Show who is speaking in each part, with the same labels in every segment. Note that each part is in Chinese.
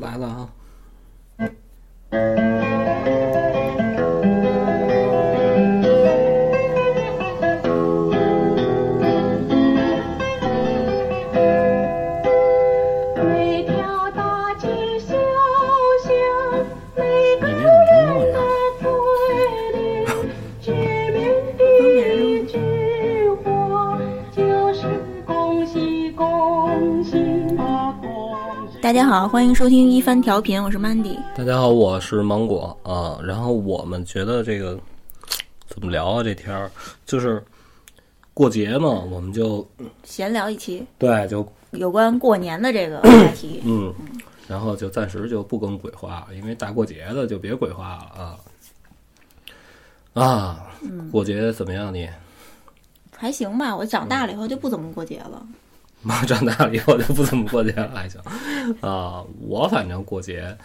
Speaker 1: 来了啊！
Speaker 2: 每条大街小巷，每个
Speaker 1: 你那
Speaker 2: 人
Speaker 1: 怎么这么
Speaker 2: 的
Speaker 1: 呀？
Speaker 2: 嘴里，居民的一句话就是恭喜恭喜啊恭喜！
Speaker 3: 大家好，欢迎收听一番调频，我是 Mandy。
Speaker 4: 大家好，我是芒果啊。然后我们觉得这个怎么聊啊？这天儿就是过节嘛，我们就
Speaker 3: 闲聊一期
Speaker 4: 对就
Speaker 3: 有关过年的这个话题。
Speaker 4: 嗯，然后就暂时就不更鬼话，因为大过节的就别鬼话了啊啊！过节怎么样你？
Speaker 3: 还行吧，我长大了以后就不怎么过节了。
Speaker 4: 妈长大了以后就不怎么过节了，还行啊。我反正过节，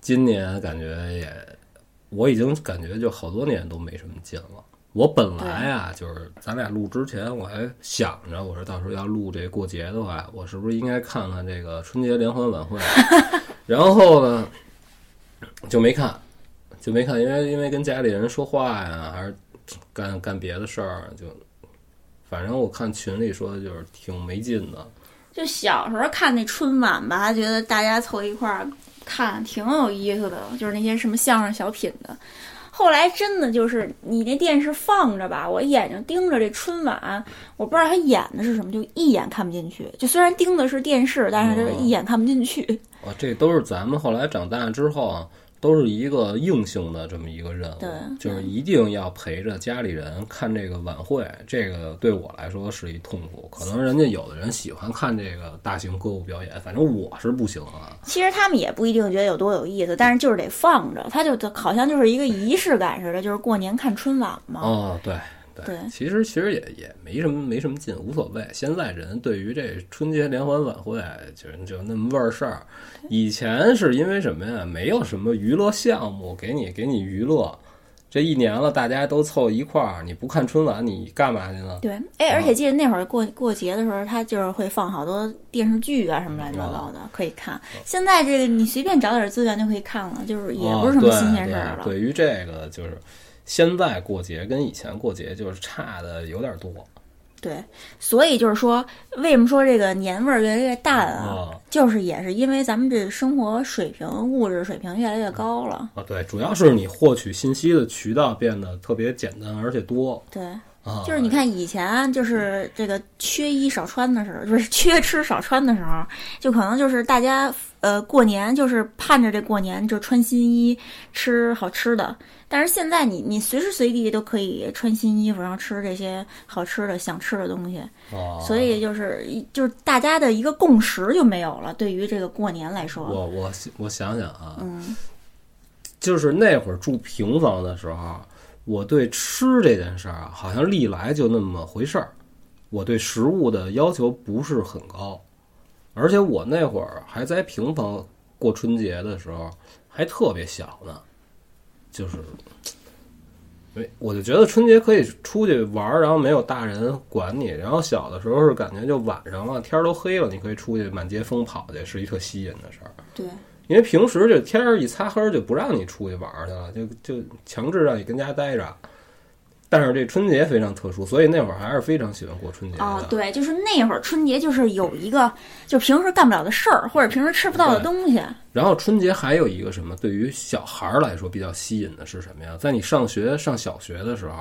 Speaker 4: 今年感觉也，我已经感觉就好多年都没什么劲了。我本来啊，就是咱俩录之前，我还想着，我说到时候要录这过节的话，我是不是应该看看这个春节联欢晚会？然后呢，就没看，就没看，因为因为跟家里人说话呀，还是干干别的事儿，就反正我看群里说的就是挺没劲的，
Speaker 3: 就小时候看那春晚吧，觉得大家凑一块儿看挺有意思的，就是那些什么相声小品的。后来真的就是你那电视放着吧，我眼睛盯着这春晚，我不知道他演的是什么，就一眼看不进去。就虽然盯的是电视，但是就是一眼看不进去。
Speaker 4: 啊，这都是咱们后来长大之后啊，都是一个硬性的这么一个任务
Speaker 3: 对，
Speaker 4: 就是一定要陪着家里人看这个晚会。这个对我来说是一痛苦，可能人家有的人喜欢看这个大型歌舞表演，反正我是不行啊。
Speaker 3: 其实他们也不一定觉得有多有意思，但是就是得放着，他就好像就是一个仪式感似的，就是过年看春晚嘛。
Speaker 4: 哦，对。
Speaker 3: 啊对
Speaker 4: 其实其实也也没什么没什么劲，无所谓。现在人对于这春节联欢晚会就就那么味儿事儿，以前是因为什么呀？没有什么娱乐项目给你给你娱乐，这一年了，大家都凑一块儿，你不看春晚你干嘛去呢？
Speaker 3: 对，
Speaker 4: 哦
Speaker 3: 哎，而且记得那会儿过过节的时候，他就是会放好多电视剧啊什么乱七八
Speaker 4: 哦
Speaker 3: 糟的可以看。现在这个你随便找点资源就可以看了，就是也不是什么新鲜事儿
Speaker 4: 啊
Speaker 3: 了。
Speaker 4: 对对。对于这个就是现在过节跟以前过节就是差的有点多。
Speaker 3: 对，所以就是说，为什么说这个年味儿越来越淡啊？
Speaker 4: 啊
Speaker 3: 就是也是因为咱们这生活水平、物质水平越来越高了。
Speaker 4: 啊，对，主要是你获取信息的渠道变得特别简单而且多
Speaker 3: 对，
Speaker 4: 啊，嗯
Speaker 3: 就是你看以前啊就是这个缺衣少穿的时候，就是 缺吃少穿的时候，就可能就是大家呃过年就是盼着这过年就穿新衣吃好吃的，但是现在你你随时随地都可以穿新衣服，然后吃这些好吃的想吃的东西，
Speaker 4: 啊，
Speaker 3: 所以就是就是大家的一个共识就没有了，对于这个过年来说，
Speaker 4: 我我想我想想啊，
Speaker 3: 嗯
Speaker 4: 就是那会儿住平房的时候，我对吃这件事儿啊，好像历来就那么回事儿。我对食物的要求不是很高，而且我那会儿还在平房过春节的时候还特别小呢，就是，没我就觉得春节可以出去玩儿，然后没有大人管你。然后小的时候是感觉就晚上了，天儿都黑了，你可以出去满街疯跑去，是一特吸引的事儿。
Speaker 3: 对。
Speaker 4: 因为平时就天儿一擦黑儿就不让你出去玩儿去了，就就强制让你跟家待着。但是这春节非常特殊，所以那会儿还是非常喜欢过春节的。
Speaker 3: 哦，对，就是那会儿春节就是有一个，就平时干不了的事儿，或者平时吃不到的
Speaker 4: 对
Speaker 3: 东西，
Speaker 4: 然后春节还有一个什么，对于小孩儿来说比较吸引的是什么呀？在你上学上小学的时候，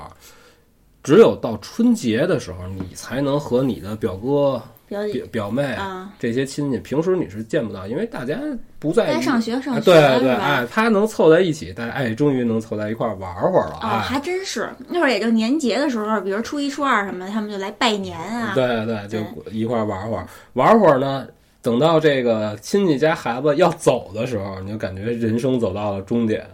Speaker 4: 只有到春节的时候，你才能和你的表哥、
Speaker 3: 比较
Speaker 4: 表表妹、
Speaker 3: 啊
Speaker 4: 这些亲戚，平时你是见不到，因为大家不在
Speaker 3: 该
Speaker 4: 一
Speaker 3: 上学上
Speaker 4: 啊
Speaker 3: 学
Speaker 4: 对对，
Speaker 3: 是吧
Speaker 4: 哎，他能凑在一起，大家哎，终于能凑在一块儿玩会儿了，
Speaker 3: 哦，
Speaker 4: 哎
Speaker 3: 还真是那会儿也就年节的时候，比如初一、初二什么的，他们就来拜年啊。
Speaker 4: 对对，就一块儿玩会儿，玩会儿呢。等到这个亲戚家孩子要走的时候，你就感觉人生走到了终点，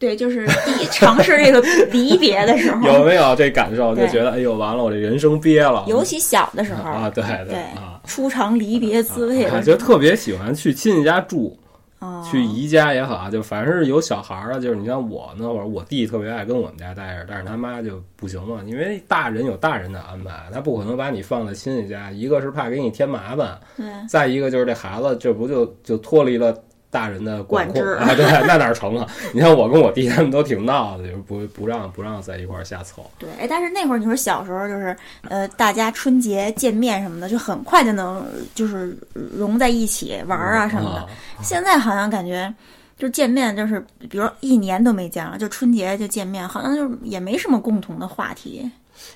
Speaker 3: 对，就是第一尝试这个离别的时
Speaker 4: 有
Speaker 3: 候，
Speaker 4: 没有这感受？就
Speaker 3: 哦对
Speaker 4: 觉得哎呦，完了，我这人生憋了。
Speaker 3: 尤其小的时候
Speaker 4: 啊，对对
Speaker 3: 对
Speaker 4: 啊，
Speaker 3: 初尝离别滋味
Speaker 4: 我
Speaker 3: 的时
Speaker 4: 就
Speaker 3: 候，
Speaker 4: 特别喜欢去亲戚家住，
Speaker 3: 哦
Speaker 4: 去姨家也好，啊就凡是有小孩儿啊的，就是你像我那会儿，我弟特别爱跟我们家待着，但是他妈就不行嘛，因为大人有大人的安排，他不可能把你放在亲戚家，一个是怕给你添麻烦，
Speaker 3: 对
Speaker 4: 再一个就是这孩子这不就就脱离了大人的控
Speaker 3: 管制
Speaker 4: 啊，对， 那哪成啊？你看我跟我弟他们都挺闹的，就是不不让不让在一块儿瞎凑。
Speaker 3: 对，哎但是那会儿你说小时候就是，呃，大家春节见面什么的，就很快就能就是融在一起玩儿啊什么的。
Speaker 4: 啊
Speaker 3: 现在好像感觉就是见面，就是比如一年都没见了，就春节就见面，好像就是也没什么共同的话题。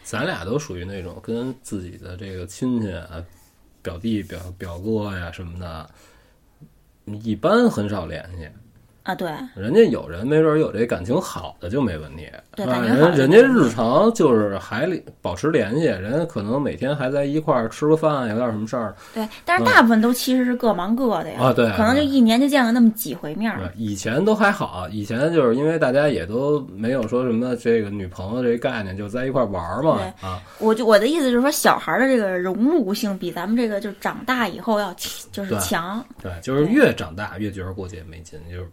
Speaker 4: 咱俩都属于那种跟自己的这个亲戚啊、表弟、表表哥呀什么的，一般很少联系。
Speaker 3: 啊，对，
Speaker 4: 人家有人没准有这感情好的就没问题，
Speaker 3: 对
Speaker 4: 是吧
Speaker 3: 感情好
Speaker 4: 人
Speaker 3: 的
Speaker 4: 人家日常就是还保持联系，人家可能每天还在一块儿吃个饭，有点什么事儿。
Speaker 3: 对，但是大部分都其实是各忙各的呀，
Speaker 4: 啊对
Speaker 3: 可能就一年就见了那么几回面
Speaker 4: 对
Speaker 3: 儿。
Speaker 4: 以前都还好，以前就是因为大家也都没有说什么这个女朋友这概念，就在一块儿玩儿嘛啊，
Speaker 3: 我就我的意思就是说，小孩儿的这个融入性比咱们这个就长大以后要就是
Speaker 4: 对
Speaker 3: 强。
Speaker 4: 对，就是越长大越觉得过节没劲，就是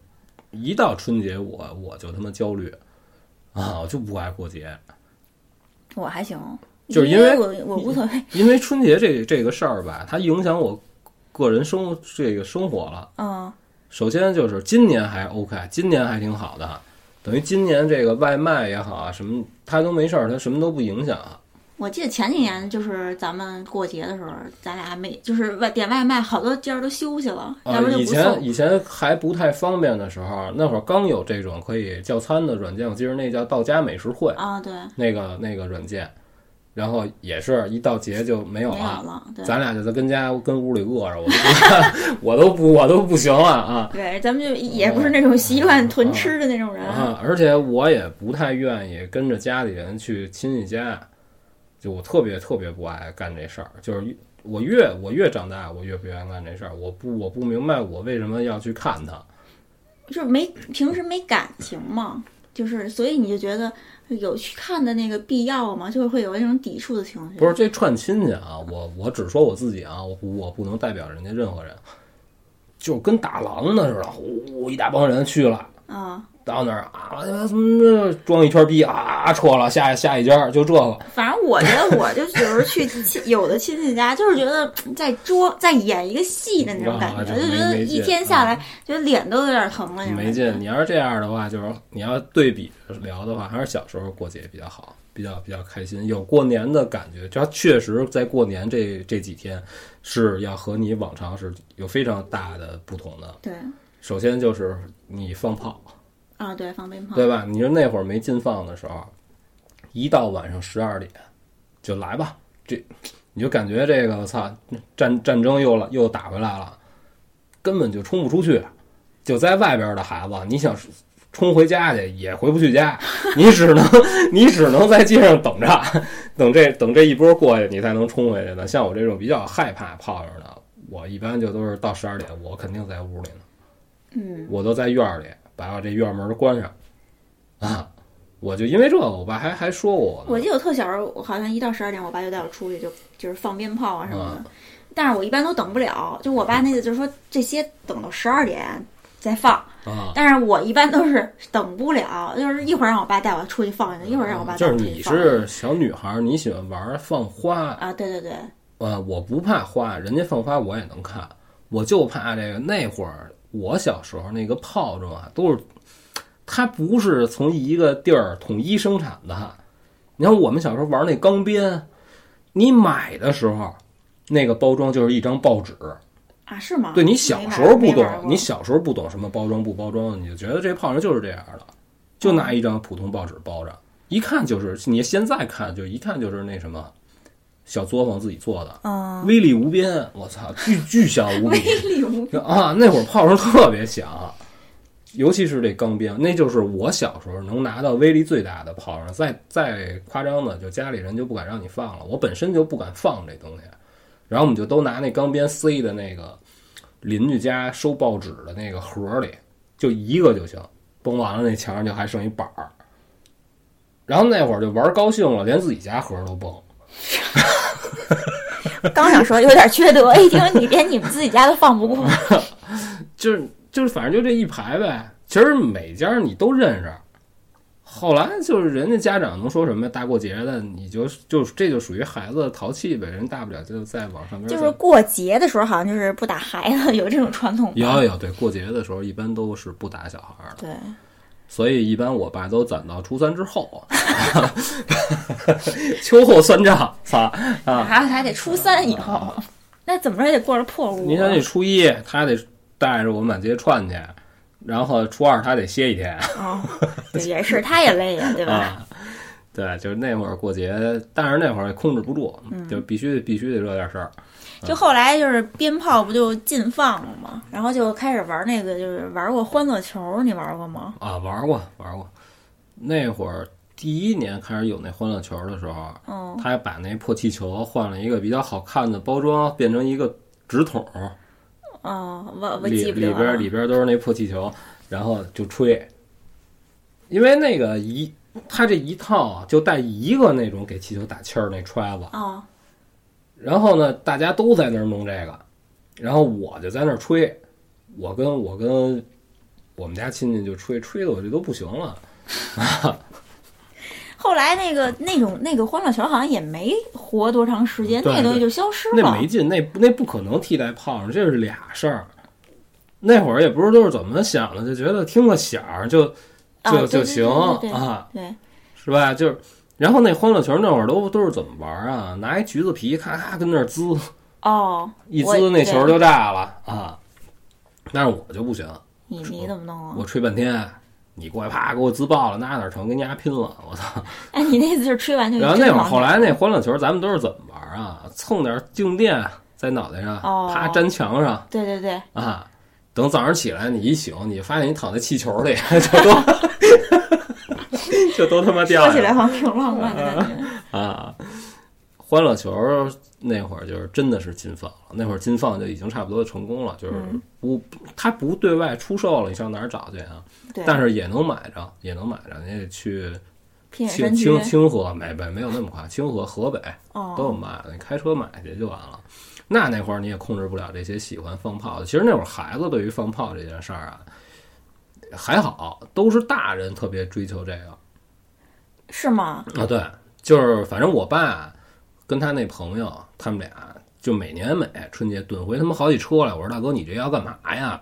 Speaker 4: 一到春节我我就他妈焦虑啊，我就不爱过节，
Speaker 3: 我还行，
Speaker 4: 就是因
Speaker 3: 因
Speaker 4: 为
Speaker 3: 我我无所谓。
Speaker 4: 因为春节这这个事儿吧，它影响我个人生这个生活了。
Speaker 3: 嗯，
Speaker 4: 首先就是今年还 OK，今年还挺好的，等于今年这个外卖也好啊，什么它都没事儿，它什么都不影响啊。
Speaker 3: 我记得前几年就是咱们过节的时候，咱俩没就是外点外卖，好多地儿都休息了，
Speaker 4: 啊
Speaker 3: 要不，然
Speaker 4: 以
Speaker 3: 就不送
Speaker 4: 前。以前还不太方便的时候，那会儿刚有这种可以叫餐的软件，我记得那叫到家美食会
Speaker 3: 啊，对，
Speaker 4: 那个那个软件，然后也是一到节就没有
Speaker 3: 没有
Speaker 4: 了。
Speaker 3: 了，对。
Speaker 4: 咱俩就在跟家跟屋里饿着，我都不 我都不我都不行了啊！
Speaker 3: 对，咱们就也不是那种习惯囤吃的那种人。
Speaker 4: 啊，而且我也不太愿意跟着家里人去亲戚家，就我特别特别不爱干这事儿。就是越我越我越长大，我越不愿意干这事儿。我不我不明白我为什么要去看他。
Speaker 3: 就是没平时没感情嘛，就是所以你就觉得有去看的那个必要吗？就会有那种抵触的情绪。
Speaker 4: 不是这串亲戚啊，我我只说我自己啊，我不我不能代表人家任何人。就跟打狼呢似的，呼一大帮人去了，
Speaker 3: 啊，
Speaker 4: 到那儿啊，怎么装一圈逼啊，撤了下下一家，就这个。
Speaker 3: 反正我觉得我就有时候去亲有的亲戚家，就是觉得在捉在演一个戏的那种感
Speaker 4: 啊
Speaker 3: 觉，
Speaker 4: 就
Speaker 3: 就
Speaker 4: 没
Speaker 3: 觉得
Speaker 4: 没劲
Speaker 3: 一天下来，觉得脸都有点疼了那种感觉。
Speaker 4: 没劲。你要是这样的话，就是你要对比着聊的话，还是小时候过节比较好，比较比较开心，有过年的感觉。就确实在过年这这几天是要和你往常是有非常大的不同的。
Speaker 3: 对
Speaker 4: 首先就是你放炮，
Speaker 3: 啊，对，放鞭炮。
Speaker 4: 对吧？你说那会儿没禁放的时候，一到晚上十二点就来吧，这你就感觉这个操战战争又了又打回来了，根本就冲不出去，就在外边的孩子，你想冲回家去也回不去家， 你只能你只能在街上等着，等这等这一波过去，你才能冲回去的。像我这种比较害怕炮仗的，我一般就都是到十二点，我肯定在屋里呢。
Speaker 3: 嗯，
Speaker 4: 我都在院儿里把我这院门关上啊。我就因为这个，我爸还还说我呢
Speaker 3: 我记得我特小时候，我好像一到十二点，我爸就带我出去，就就是放鞭炮啊什么
Speaker 4: 嗯
Speaker 3: 的。但是我一般都等不了，就我爸那个就是说这些等到十二点再放。
Speaker 4: 啊，
Speaker 3: 但是我一般都是等不了，就是一会儿让我爸带我出去放一个，一会儿让我爸带
Speaker 4: 就
Speaker 3: 我
Speaker 4: 是
Speaker 3: 出去
Speaker 4: 你
Speaker 3: 放。
Speaker 4: 是小女孩儿，你喜欢玩儿放花
Speaker 3: 啊，对对对，
Speaker 4: 啊，我不怕花，人家放花我也能看，我就怕这个那会儿我小时候那个炮仗啊，都是它不是从一个地儿统一生产的。你看我们小时候玩那钢鞭，你买的时候那个包装就是一张报纸，
Speaker 3: 啊是吗？
Speaker 4: 对你小时候不
Speaker 3: 没
Speaker 4: 懂
Speaker 3: 玩，过
Speaker 4: 你小时候不懂什么包装不包装的，你就觉得这炮仗就是这样的，
Speaker 3: 嗯
Speaker 4: 就拿一张普通报纸包着，一看就是你现在看就一看就是那什么小作坊自己做的，
Speaker 3: 嗯，
Speaker 4: 威力无边，我操，巨巨响无
Speaker 3: 威
Speaker 4: 比
Speaker 3: 力无
Speaker 4: 啊！那会儿炮声特别响，尤其是这钢鞭，那就是我小时候能拿到威力最大的炮仗。再再夸张的，就家里人就不敢让你放了，我本身就不敢放这东西，然后我们就都拿那钢鞭塞的那个邻居家收报纸的那个盒里，就一个就行，崩完了那墙上就还剩一板儿。然后那会儿就玩高兴了，连自己家盒都崩。
Speaker 3: 刚想说有点缺德，一听你连你们自己家都放 不过。
Speaker 4: 就是就是反正就这一排呗。其实每家你都认识，后来就是人家家长能说什么呀？大过节的，你就就这就属于孩子淘气呗，人大不了就在网上边儿
Speaker 3: 就是
Speaker 4: 再
Speaker 3: 过节的时候，好像就是不打孩子，有这种传统吧。
Speaker 4: 有有对，过节的时候一般都是不打小孩儿的，
Speaker 3: 对，
Speaker 4: 所以一般我爸都攒到初三之后， 秋后算账，操啊！
Speaker 3: 还还得初三以后，那怎么着也得过着破屋。
Speaker 4: 你想你初一他得带着我满街串去，然后初二他得歇一天
Speaker 3: 哦， 对也是，他也累呀，对吧？
Speaker 4: 啊。对，就是那会儿过节，但是那会儿也控制不住，
Speaker 3: 嗯
Speaker 4: 就必须必须得惹点事儿。
Speaker 3: 就后来就是鞭炮不就禁放了吗？然后就开始玩那个，就是玩过欢乐球，你玩过吗？
Speaker 4: 啊，玩过玩过。那会儿第一年开始有那欢乐球的时候，
Speaker 3: 嗯，
Speaker 4: 他还把那破气球换了一个比较好看的包装，变成一个纸筒，
Speaker 3: 哦，我我
Speaker 4: 里
Speaker 3: 记不得
Speaker 4: 里边
Speaker 3: 了。
Speaker 4: 里边都是那破气球，然后就吹。因为那个一，他这一套啊就带一个那种给气球打气儿那揣子，
Speaker 3: 哦，
Speaker 4: 然后呢，大家都在那儿弄这个，然后我就在那儿吹，我跟我跟我们家亲戚就吹，吹的我这都不行了。
Speaker 3: 后来那个那种那个欢乐球好像也没活多长时间，
Speaker 4: 对
Speaker 3: 那个东西
Speaker 4: 对
Speaker 3: 就消失
Speaker 4: 那
Speaker 3: 了
Speaker 4: 没。劲，那那不可能替代炮仗，这是俩事儿。那会儿也不知道是怎么想的，就觉得听个响儿就
Speaker 3: 啊
Speaker 4: 就
Speaker 3: 对
Speaker 4: 就
Speaker 3: 对
Speaker 4: 行
Speaker 3: 对对对
Speaker 4: 啊，
Speaker 3: 对，
Speaker 4: 是吧？就是，然后那欢乐球那会儿都都是怎么玩儿啊？拿一橘子皮，咔咔跟那儿滋，
Speaker 3: 哦，
Speaker 4: 一
Speaker 3: 我
Speaker 4: 滋那球
Speaker 3: 对
Speaker 4: 就炸了啊！但是我就不行，
Speaker 3: 你你怎么弄啊
Speaker 4: 我？吹半天，你过来啪给我滋爆了，那哪成？跟人家拼了，我操！
Speaker 3: 哎，你那次是吹完就
Speaker 4: 然后
Speaker 3: 真
Speaker 4: 那会儿
Speaker 3: 往
Speaker 4: 后来那欢乐球咱们都是怎么玩儿啊？蹭点儿静电在脑袋上，
Speaker 3: 哦
Speaker 4: 啪粘墙上。
Speaker 3: 对对对，
Speaker 4: 啊，等早上起来你一醒，你发现你躺在气球里， 就都就都他妈掉
Speaker 3: 说
Speaker 4: 下
Speaker 3: 起来
Speaker 4: 来
Speaker 3: 好像挺浪漫的感觉。
Speaker 4: 啊！欢乐球那会儿就是真的是禁放了，那会儿禁放就已经差不多成功了，就是
Speaker 3: 嗯
Speaker 4: 不它不对外出售了，你上哪儿找去啊？
Speaker 3: 对，
Speaker 4: 但是也能买着，也能买着，你也得去
Speaker 3: 偏远
Speaker 4: 清
Speaker 3: 山
Speaker 4: 清
Speaker 3: 区
Speaker 4: 清河，没没没有那么快，清河河北都有
Speaker 3: 哦，
Speaker 4: 卖的，你开车买去就完了。那那会儿你也控制不了这些喜欢放炮的。其实那会儿孩子对于放炮这件事儿啊，还好，都是大人特别追求这个
Speaker 3: 是吗？
Speaker 4: 啊。对，就是反正我爸跟他那朋友，他们俩就每年每春节囤回他妈好几车来。我说大哥，你这要干嘛呀？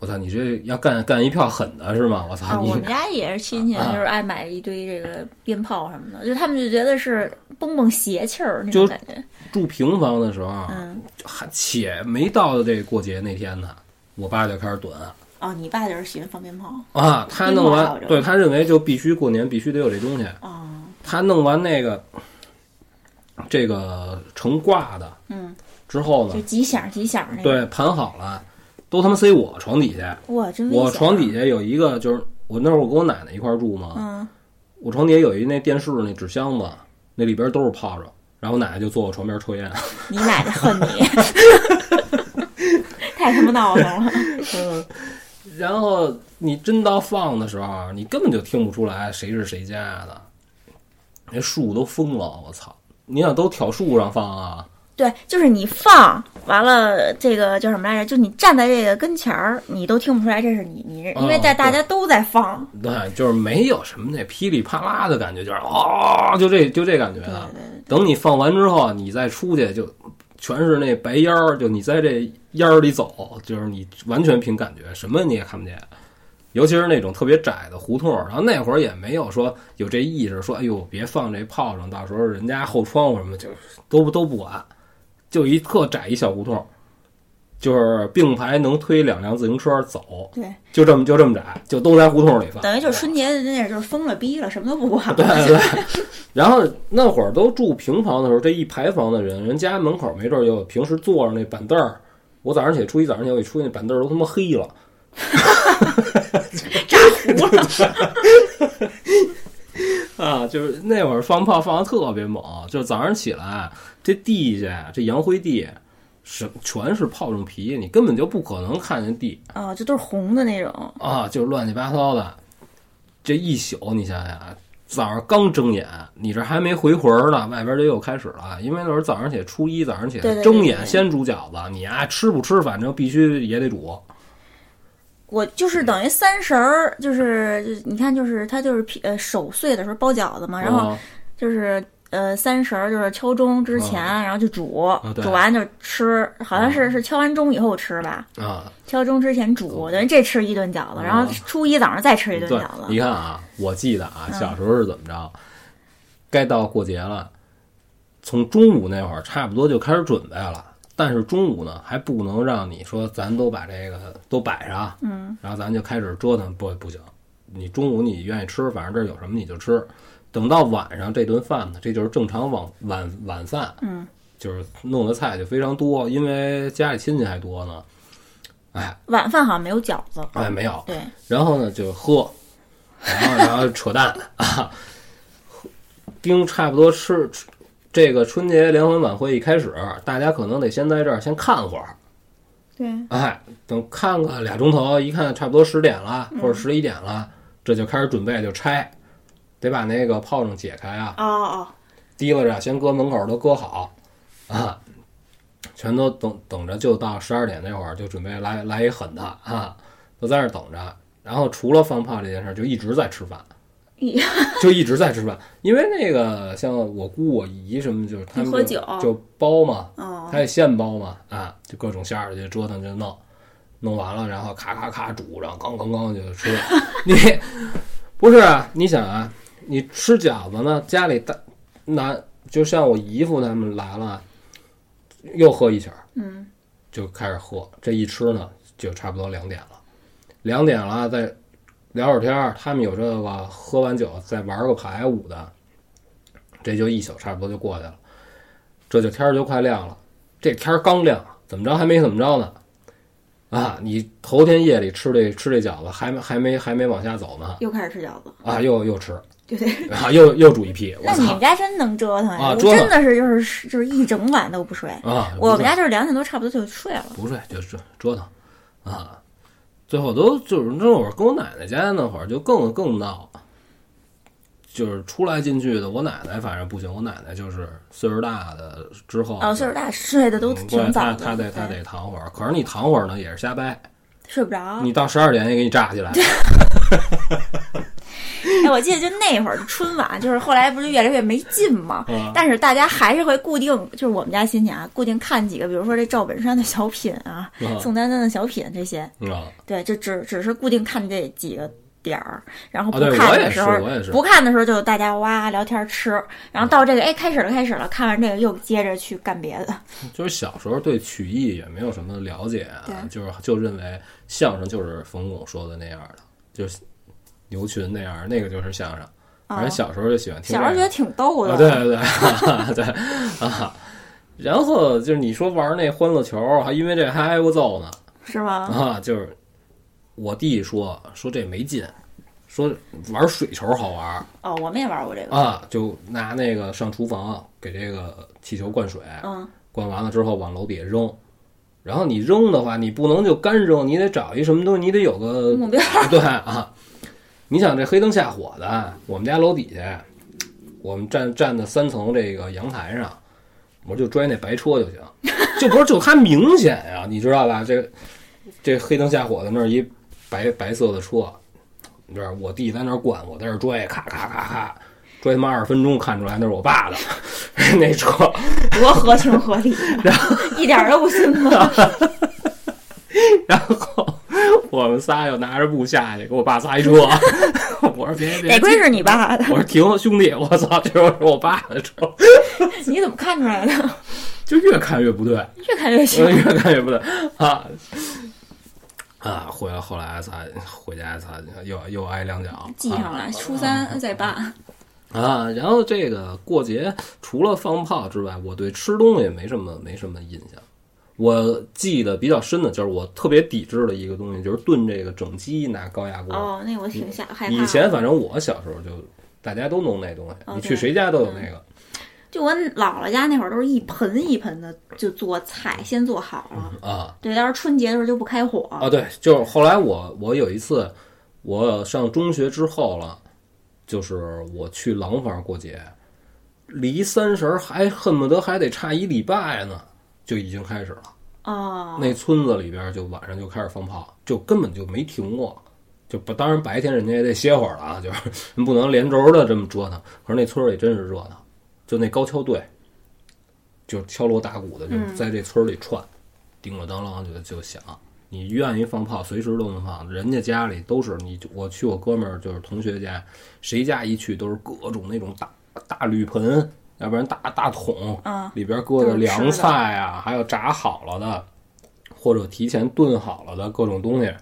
Speaker 4: 我操，你这要干干一票狠的是吗？我
Speaker 3: 啊，
Speaker 4: 操，你
Speaker 3: 我们家也是亲戚，
Speaker 4: 啊
Speaker 3: 就是爱买一堆这个鞭炮什么的，就他们就觉得是蹦蹦邪气儿那
Speaker 4: 就
Speaker 3: 种感觉。
Speaker 4: 住平房的时候，啊
Speaker 3: 嗯，
Speaker 4: 还且没到这过节那天呢，我爸就开始囤。
Speaker 3: 哦，你爸就是喜欢放鞭炮
Speaker 4: 啊，他弄
Speaker 3: 挺好
Speaker 4: 完
Speaker 3: 的，
Speaker 4: 对他认为就必须过年必须得有这东西。
Speaker 3: 哦，
Speaker 4: 他弄完那个这个成挂的
Speaker 3: 嗯，
Speaker 4: 之后
Speaker 3: 就
Speaker 4: 呢，
Speaker 3: 几响几响那个。
Speaker 4: 对盘好了，都他妈塞我床底下。
Speaker 3: 哇，真危险！啊
Speaker 4: 我床底下有一个，就是我那会儿我跟我奶奶一块儿住嘛，
Speaker 3: 嗯，
Speaker 4: 我床底下有一那电视那纸箱子，那里边都是炮仗。然后我奶奶就坐我床边抽烟，
Speaker 3: 你奶奶 恨你，太他妈闹腾了。
Speaker 4: 然后你真到放的时候，啊你根本就听不出来谁是谁家的，那树都疯了，我操！你想都挑树上放啊？
Speaker 3: 对，就是你放完了这个叫什么来着？就你站在这个跟前儿，你都听不出来这是你你，因为
Speaker 4: 哦
Speaker 3: 在大
Speaker 4: 对
Speaker 3: 家都在放。
Speaker 4: 对，就是没有什么那噼里啪啦的感觉，就是哦，就这就这感觉
Speaker 3: 对
Speaker 4: 的。
Speaker 3: 对对，
Speaker 4: 等你放完之后，你再出去就全是那白烟儿，就你在这烟儿里走，就是你完全凭感觉，什么你也看不见。尤其是那种特别窄的胡同，然后那会儿也没有说有这意识，说哎呦别放这炮仗，到时候人家后窗户什么就都不都不管，就一特窄一小胡同，就是并排能推两辆自行车走，
Speaker 3: 对，
Speaker 4: 就这么就这么窄，就都在胡同里放，
Speaker 3: 等于就是春节那阵儿就是疯了逼了，什么都不管了。
Speaker 4: 对对。然后那会儿都住平房的时候，这一排房的人，人家门口没准儿有平时坐着那板凳儿。我早上起来初一早上起来，我一出去那板凳儿都他妈黑 了，炸糊 了。啊，就是那会儿放炮放的特别猛，就是早上起来这地下这洋灰地，是全是炮仗皮，你根本就不可能看见地。
Speaker 3: 啊、这都是红的那种。
Speaker 4: 啊，就是乱七八糟的。这一宿，你想想，啊，早上刚睁眼，你这还没回魂儿呢，外边就又开始了。因为那时候早上起来，初一早上起来
Speaker 3: 对对对
Speaker 4: 睁
Speaker 3: 对
Speaker 4: 眼
Speaker 3: 对啊
Speaker 4: 先煮饺子，你啊吃不吃，反正必须也得煮。
Speaker 3: 我就是等于三十儿，就是就是你看，就是他就是劈呃守岁的时候包饺子嘛，然后
Speaker 4: 啊
Speaker 3: 就是呃三十儿就是敲钟之前，然后就煮，
Speaker 4: 哦对哦
Speaker 3: 煮完就吃，好像是是敲完钟以后吃吧，
Speaker 4: 啊，
Speaker 3: 敲钟之前煮，等于这吃一顿饺子，然后初一早上再吃一顿
Speaker 4: 哦嗯对
Speaker 3: 饺，
Speaker 4: 你
Speaker 3: 子，
Speaker 4: 看啊，我记得啊，小时候是怎么着？该到过节了，从中午那会儿差不多就开始准备了。但是中午呢，还不能让你说咱都把这个都摆上，嗯，然后咱就开始折腾，不不行，你中午你愿意吃，反正这儿有什么你就吃。等到晚上这顿饭呢，这就是正常晚晚晚饭，嗯，就是弄的菜就非常多，因为家里亲戚还多呢，
Speaker 3: 晚饭好像没有饺子，
Speaker 4: 哎，没有，
Speaker 3: 对，
Speaker 4: 然后呢就喝，然后然后扯淡啊，丁差不多吃吃这个春节联欢晚会一开始，大家可能得先在这儿先看会儿，
Speaker 3: 对，
Speaker 4: 哎，等看个俩钟头，一看差不多十点了或者十一点了，这就开始准备就拆，得把那个炮仗解开啊，
Speaker 3: 哦哦，
Speaker 4: 提拉着先搁门口都搁好啊，全都等等着，就到十二点那会儿就准备来来一狠的啊，都在那儿等着。然后除了放炮这件事儿，就一直在吃饭，
Speaker 3: 咦
Speaker 4: 就一直在吃饭。因为那个像我姑我姨什么，就是他们
Speaker 3: 喝
Speaker 4: 就
Speaker 3: 酒
Speaker 4: 就包嘛，
Speaker 3: 哦，
Speaker 4: 他也现包嘛，啊，就各种馅儿就折腾就弄，弄完了然后咔咔咔煮，然后咣咣咣就吃。 你不是啊？你想啊，你吃饺子呢，家里大男就像我姨夫他们来了，又喝一宿，嗯，就开始喝，这一吃呢就差不多两点了，两点了再聊会儿天儿，他们有这个喝完酒再玩个牌舞的，这就一宿差不多就过去了。这就天儿就快亮了，这天儿刚亮，怎么着还没怎么着呢？啊，你头天夜里吃这吃这饺子，还没还没还没往下走呢，
Speaker 3: 又开始吃饺子，
Speaker 4: 啊，又又吃，
Speaker 3: 对对。
Speaker 4: 啊，又又煮一批，我
Speaker 3: 嗯那你们
Speaker 4: 操
Speaker 3: 家真能折腾
Speaker 4: 啊
Speaker 3: 我
Speaker 4: 折腾
Speaker 3: 真的是就是就是一整晚都不睡。
Speaker 4: 啊！
Speaker 3: 我
Speaker 4: 不
Speaker 3: 们
Speaker 4: 睡
Speaker 3: 家就是两点多差不多就睡了。
Speaker 4: 不睡就折折腾啊，最后都就是那会儿跟我奶奶家那会儿就更更闹，就是出来进去的。我奶奶反正不行，我奶奶就是岁数大的之后
Speaker 3: 哦，岁数大睡的都
Speaker 4: 嗯
Speaker 3: 挺早的，
Speaker 4: 对她她得她
Speaker 3: 对
Speaker 4: 得躺会儿，可是你躺会儿呢也是瞎掰。
Speaker 3: 睡不着。
Speaker 4: 你到十二点也给你炸起来，
Speaker 3: 哎，我记得就那会儿春晚，就是后来不是越来越没劲嘛，
Speaker 4: 啊
Speaker 3: 但是大家还是会固定，就是我们家亲戚啊，固定看几个，比如说这赵本山的小品啊，
Speaker 4: 嗯
Speaker 3: 宋丹丹的小品这些，
Speaker 4: 你知道吗？
Speaker 3: 对，就只只是固定看这几个点儿，然后
Speaker 4: 哦
Speaker 3: 不
Speaker 4: 对我
Speaker 3: 看
Speaker 4: 也
Speaker 3: 的时候，
Speaker 4: 是我也是嗯
Speaker 3: 不看的时候就大家哇聊天吃，然后到这个哎开始了开始了，看完这个又接着去干别的，
Speaker 4: 就是小时候对曲艺也没有什么了解啊
Speaker 3: 对，
Speaker 4: 就是就认为相声就是冯巩说的那样的，就是牛群那样，那个就是相声。反正小时候就喜欢听
Speaker 3: 啊哦小
Speaker 4: 这
Speaker 3: 时
Speaker 4: 个。
Speaker 3: 候觉得挺逗的，
Speaker 4: 啊，对对对对 啊。然后就是你说玩那欢乐球，还因为这还挨过揍呢
Speaker 3: 是吗？
Speaker 4: 啊！就是我弟说说这没劲，说玩水球好玩
Speaker 3: 哦，我们也玩过这个，
Speaker 4: 啊，就拿那个上厨房给这个气球灌水，
Speaker 3: 嗯，
Speaker 4: 灌完了之后往楼底下扔。然后你扔的话，你不能就干扔，你得找一什么东西，你得有个
Speaker 3: 目标
Speaker 4: 啊 对啊，你想这黑灯瞎火的，我们家楼底下，我们站站在三层这个阳台上，我就拽那白车 就行，就不是就它明显呀、你知道吧？这这黑灯瞎火的那儿一白白色的车，你知道我弟在那儿灌，我在那儿拽，咔咔咔咔，拽他妈二十分钟，看出来那是我爸的 那车。
Speaker 3: 多合情合 理，一点儿都不辛苦。
Speaker 4: 然后我们仨又拿着布下去，给我爸砸一车。 我说别别，
Speaker 3: 得亏是你爸的，
Speaker 4: 我说停，兄弟，我操，这是我爸的车，
Speaker 3: 你怎么看出来的？
Speaker 4: 就越看越不对，
Speaker 3: 越看越像
Speaker 4: 越看越不对啊啊！回来后来咱回家咱又又挨两脚，
Speaker 3: 记上了，初三呃再办。
Speaker 4: 啊，然后这个过节除了放炮之外，我对吃东西没什么没什么印象。我记得比较深的就是我特别抵制的一个东西，就是炖这个整鸡拿高压锅。
Speaker 3: 哦，那我挺吓害怕的。
Speaker 4: 以前反正我小时候就大家都弄那东西，
Speaker 3: 哦
Speaker 4: 你
Speaker 3: 对
Speaker 4: 去谁家都有那个。
Speaker 3: 就我姥姥家那会儿，都是一盆一盆的就做菜，先做好了。
Speaker 4: 啊
Speaker 3: 对，到时候春节的时候就不开火。
Speaker 4: 啊，对，就是后来我我有一次我上中学之后了，就是我去廊坊过节，离三十儿还恨不得还得差一礼拜呢，就已经开始了。
Speaker 3: 哦，
Speaker 4: 那村子里边就晚上就开始放炮，就根本就没停过。就不，当然白天人家也得歇会儿了啊，就是 人不能连轴的这么折腾。可是那村儿里真是热闹，就那高跷队，就敲锣打鼓的，就在这村儿里串，叮了当啷就就响。你愿意放炮，随时都能放。人家家里都是你，我去我哥们儿就是同学家，谁家一去都是各种那种大大铝盆，要不然大大桶，
Speaker 3: 嗯
Speaker 4: 里边搁着凉菜啊，还有炸好了的，或者提前炖好了的各种东西，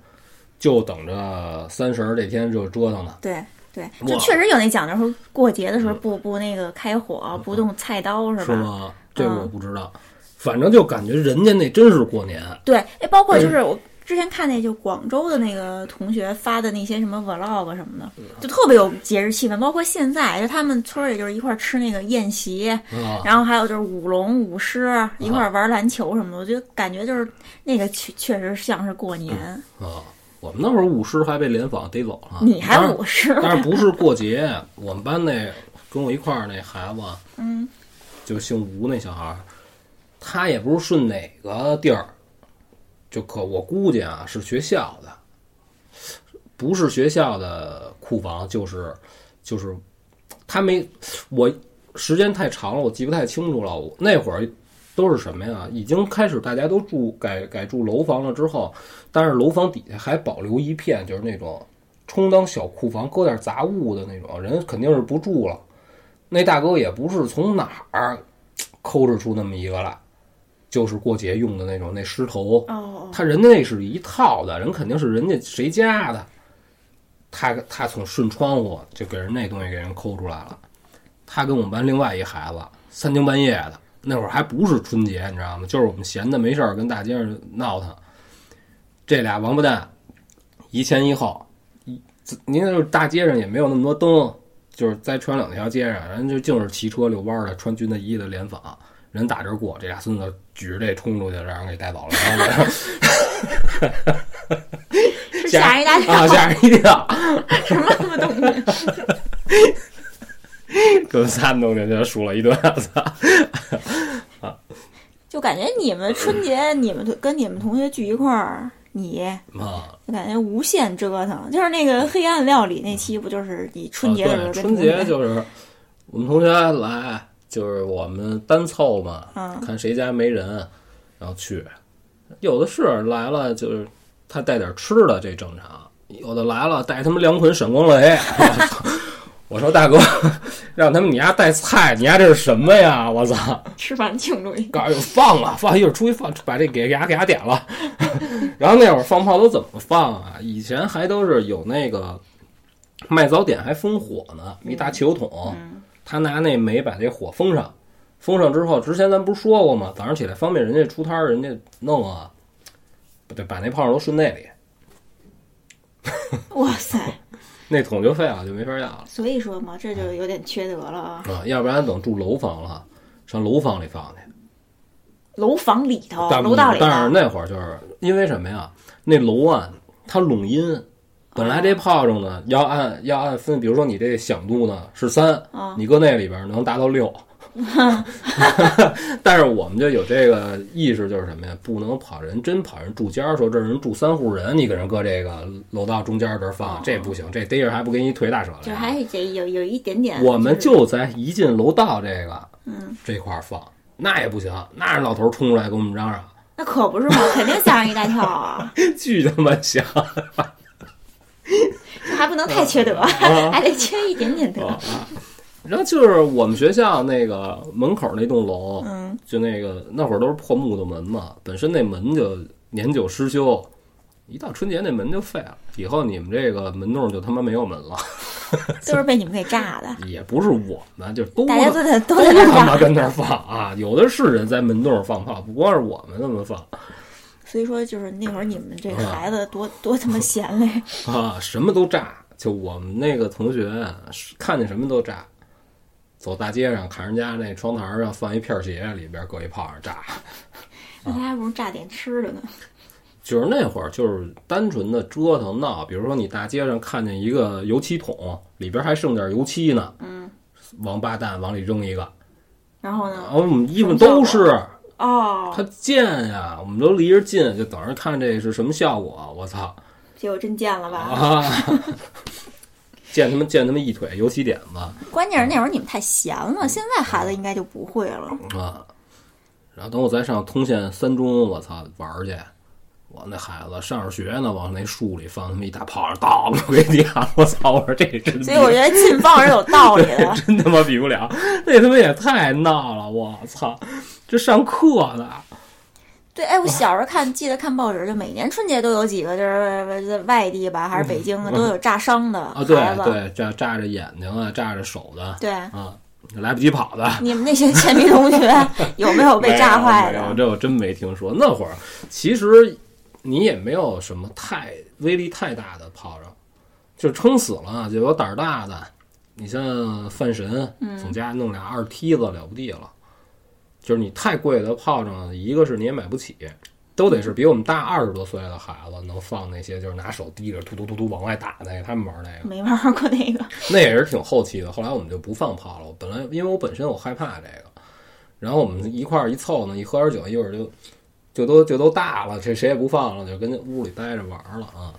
Speaker 4: 就等着三十儿这天就折腾呢。
Speaker 3: 对对，
Speaker 4: 哇嗯
Speaker 3: 就确实有那讲究，说过节的时候不不那个开火，不动菜刀是
Speaker 4: 是
Speaker 3: 吧？嗯
Speaker 4: 吗？这我不知道，反正就感觉人家那真是过年，
Speaker 3: 对，哎，包括就是我之前看那就广州的那个同学发的那些什么 vlog 什么的，就特别有节日气氛。包括现在，就他们村儿里就是一块儿吃那个宴席，
Speaker 4: 啊，
Speaker 3: 然后还有就是舞龙舞狮一块儿玩篮球什么的，我觉得感觉就是那个确确实像是过年。
Speaker 4: 啊，我们那会儿舞狮还被联访逮走了，
Speaker 3: 你还
Speaker 4: 当嗯啊然
Speaker 3: 舞狮
Speaker 4: 但是不是过节？我们班那跟我一块儿那孩子，嗯，就姓吴那小孩儿，他也不是顺哪个地儿，就可我估计啊是学校的，不是学校的库房就是就是他没我时间太长了，我记不太清楚了。我那会儿都是什么呀？已经开始大家都住改改住楼房了之后，但是楼房底下还保留一片，就是那种充当小库房搁点杂物的那种，人肯定是不住了。那大哥也不是从哪儿抠着出那么一个来，就是过节用的那种那狮头。
Speaker 3: 哦，
Speaker 4: 他人家那是一套的，人肯定是人家谁家的，他他从顺窗户就给人那东西给人抠出来了。他跟我们班另外一孩子三更半夜的，那会儿还不是春节，你知道吗？就是我们闲的没事儿跟大街上闹腾，这俩王八蛋一前一后，一您就是大街上也没有那么多灯，就是在穿两条街上，人就净是骑车遛弯儿的，穿军大衣的联访。人打这儿过，这俩孙子举着这冲出去，让人给带走了。 然后给人
Speaker 3: 是吓人一大跳，
Speaker 4: 啊，吓人一跳，
Speaker 3: 什么什么东
Speaker 4: 啊
Speaker 3: 西？
Speaker 4: 给我仨弄进去，数了一顿，我操！
Speaker 3: 就感觉你们春节，你们同跟你们同学聚一块儿，你
Speaker 4: 啊，
Speaker 3: 就感觉无限折腾。就是那个黑暗料理那期，不就是你春节的时候
Speaker 4: 啊对，
Speaker 3: 跟
Speaker 4: 春
Speaker 3: 同
Speaker 4: 节
Speaker 3: 学
Speaker 4: 就是我们同学来，就是我们单凑嘛，
Speaker 3: 嗯
Speaker 4: 看谁家没人，然后去。有的是来了，就是他带点吃的，这正常；有的来了带他们两捆闪光雷， 我操！我说大哥， 让他们你丫带菜，你丫这是什么呀？我操！
Speaker 3: 吃饭庆祝一下，
Speaker 4: 告诉放了，放一会儿出去放，把这给牙给牙点了。 然后那会儿放炮都怎么放啊？以前还都是有那个卖早点还封火呢，一大汽油桶，他拿那煤把这火封上，封上之后，之前咱不是说过吗？早上起来方便人家出摊儿，人家弄啊，不对，把那炮都顺那里，
Speaker 3: 哇塞！
Speaker 4: 那桶就废了，就没法要了。
Speaker 3: 所以说嘛，这就有点缺德 了啊。
Speaker 4: 啊，要不然等住楼房了，上楼房里放去。
Speaker 3: 楼房里头，
Speaker 4: 但
Speaker 3: 哦楼道里头，啊
Speaker 4: 但是那会儿就是因为什么呀？那楼啊，它拢音，本来
Speaker 3: 哦
Speaker 4: 这炮仗呢要按要按分，比如说你这响度呢是三、
Speaker 3: 啊
Speaker 4: 你搁那里边儿能达到 六。 但是我们就有这个意识，就是什么呀？不能跑人，真跑人住家儿，说这人住三户人，你给人搁这个楼道中间儿这儿放，这不行，这逮着还不给你腿打折了呀。
Speaker 3: 哦就是还是得有有一点点。
Speaker 4: 啊我们
Speaker 3: 是嗯
Speaker 4: 就在一进楼道这个这块儿放，那也不行，那老头儿冲出来跟我们嚷嚷，
Speaker 3: 那可不是嘛，肯定吓人一大跳啊，
Speaker 4: 巨他妈响！
Speaker 3: 这还不能太缺德，
Speaker 4: 嗯
Speaker 3: 还得缺一点点德。
Speaker 4: 然后就是我们学校那个门口那栋楼，
Speaker 3: 嗯，
Speaker 4: 就那个那会儿都是破木头门嘛，本身那门就年久失修，一到春节那门就废了，以后你们这个门洞就他妈没有门了。
Speaker 3: 都是被你们给炸的，
Speaker 4: 也不是我们，就是 都
Speaker 3: 大家都在
Speaker 4: 嗯
Speaker 3: 都在那
Speaker 4: 他
Speaker 3: 放。
Speaker 4: 妈跟那儿放啊，有的是人在门洞放炮，不光是我们那么放。
Speaker 3: 所以说，就是那会儿你们这
Speaker 4: 嗯
Speaker 3: 孩子多多他妈闲嘞，
Speaker 4: 啊，什么都炸。就我们那个同学啊，是看见什么都炸，走大街上看人家那窗台上放一片儿鞋，里边搁一炮仗炸。
Speaker 3: 那他还不如炸点吃的呢。
Speaker 4: 就是那会儿，就是单纯的折腾闹，比如说你大街上看见一个油漆桶，里边还剩点油漆呢，
Speaker 3: 嗯，
Speaker 4: 王八蛋往里扔一个，
Speaker 3: 然后
Speaker 4: 然
Speaker 3: 呢，
Speaker 4: 后我们衣服都
Speaker 3: 什么
Speaker 4: 是
Speaker 3: 哦
Speaker 4: 它，贱呀、我们都离着近，就等着看这是什么效果。我操
Speaker 3: 结果真见了吧？
Speaker 4: 啊！ 溅他妈溅他妈一腿油漆点子
Speaker 3: 关键是那会儿你们太闲了，现在孩子应该就不会了。
Speaker 4: 啊！然后等我再上通县三中，我操玩儿去！我那孩子上着学呢，往那树里放他妈一大炮，当就给点了。我操！我说这真。
Speaker 3: 所以我觉得禁放是有道理 的
Speaker 4: 真他妈比不了，那他妈也太闹了！我操，这上课呢。
Speaker 3: 对，哎，我小时候看，记得看报纸，就每年春节都有几个，就是外地吧，还是北京啊，都有炸伤的
Speaker 4: 嗯啊，
Speaker 3: 孩子。
Speaker 4: 对对，炸炸着眼睛啊，炸着手的
Speaker 3: 对
Speaker 4: 啊，来不及跑的，
Speaker 3: 你们那些铅笔同 学有没有被炸坏
Speaker 4: 没有没有
Speaker 3: 的？
Speaker 4: 这我真没听说。那会儿其实你也没有什么太威力太大的炮仗，就撑死了，啊就有胆儿大的。你像范神，
Speaker 3: 嗯
Speaker 4: 从家弄俩二梯子了不地了。就是你太贵的炮仗，一个是你也买不起，都得是比我们大二十多岁的孩子能放那些，就是拿手提着突突突突往外打那个，他们玩那个。
Speaker 3: 没玩过那个，
Speaker 4: 那也是挺后期的。后来我们就不放炮了。我本来因为我本身我害怕这个，然后我们一块儿一凑呢，一喝点酒，一会儿就就都就都大了，这谁也不放了，就跟屋里待着玩儿了啊。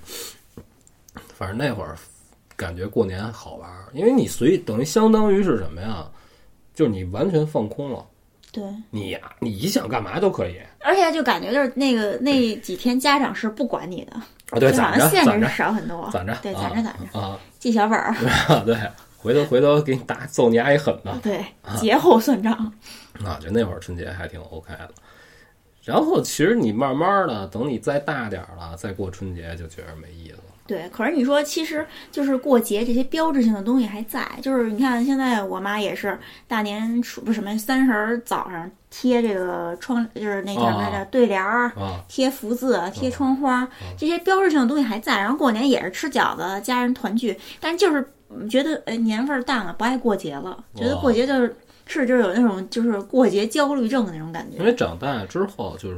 Speaker 4: 反正那会儿感觉过年好玩儿，因为你随等于相当于是什么呀？就是你完全放空了，
Speaker 3: 对。
Speaker 4: 你呀、你想干嘛都可以
Speaker 3: 而且就感觉就是那个那几天家长是不管你的，
Speaker 4: 啊，对，
Speaker 3: 就好
Speaker 4: 攒着
Speaker 3: 像限
Speaker 4: 攒
Speaker 3: 制
Speaker 4: 着
Speaker 3: 是少很多。
Speaker 4: 攒着，
Speaker 3: 对，
Speaker 4: 啊
Speaker 3: 攒着攒着，
Speaker 4: 啊
Speaker 3: 记小本儿。
Speaker 4: 啊，对，回头回头给你打揍你挨一狠的。
Speaker 3: 对，节后算账。
Speaker 4: 啊，就那会儿春节还挺 OK 的。然后其实你慢慢的，等你再大点儿了，再过春节就觉得没意思了。
Speaker 3: 对，可是你说，其实就是过节这些标志性的东西还在，就是你看现在我妈也是大年初不是什么三十儿早上贴这个窗，就是那叫什么来着
Speaker 4: 哦
Speaker 3: 对联儿，
Speaker 4: 啊，
Speaker 3: 贴福字、贴窗花，
Speaker 4: 嗯
Speaker 3: 这些标志性的东西还在。然后过年也是吃饺子，家人团聚，但就是嗯觉得呃年味儿淡了，不爱过节了，觉得过节就是是就是有那种就是过节焦虑症的那种感
Speaker 4: 因
Speaker 3: 觉。
Speaker 4: 为长大之后，就是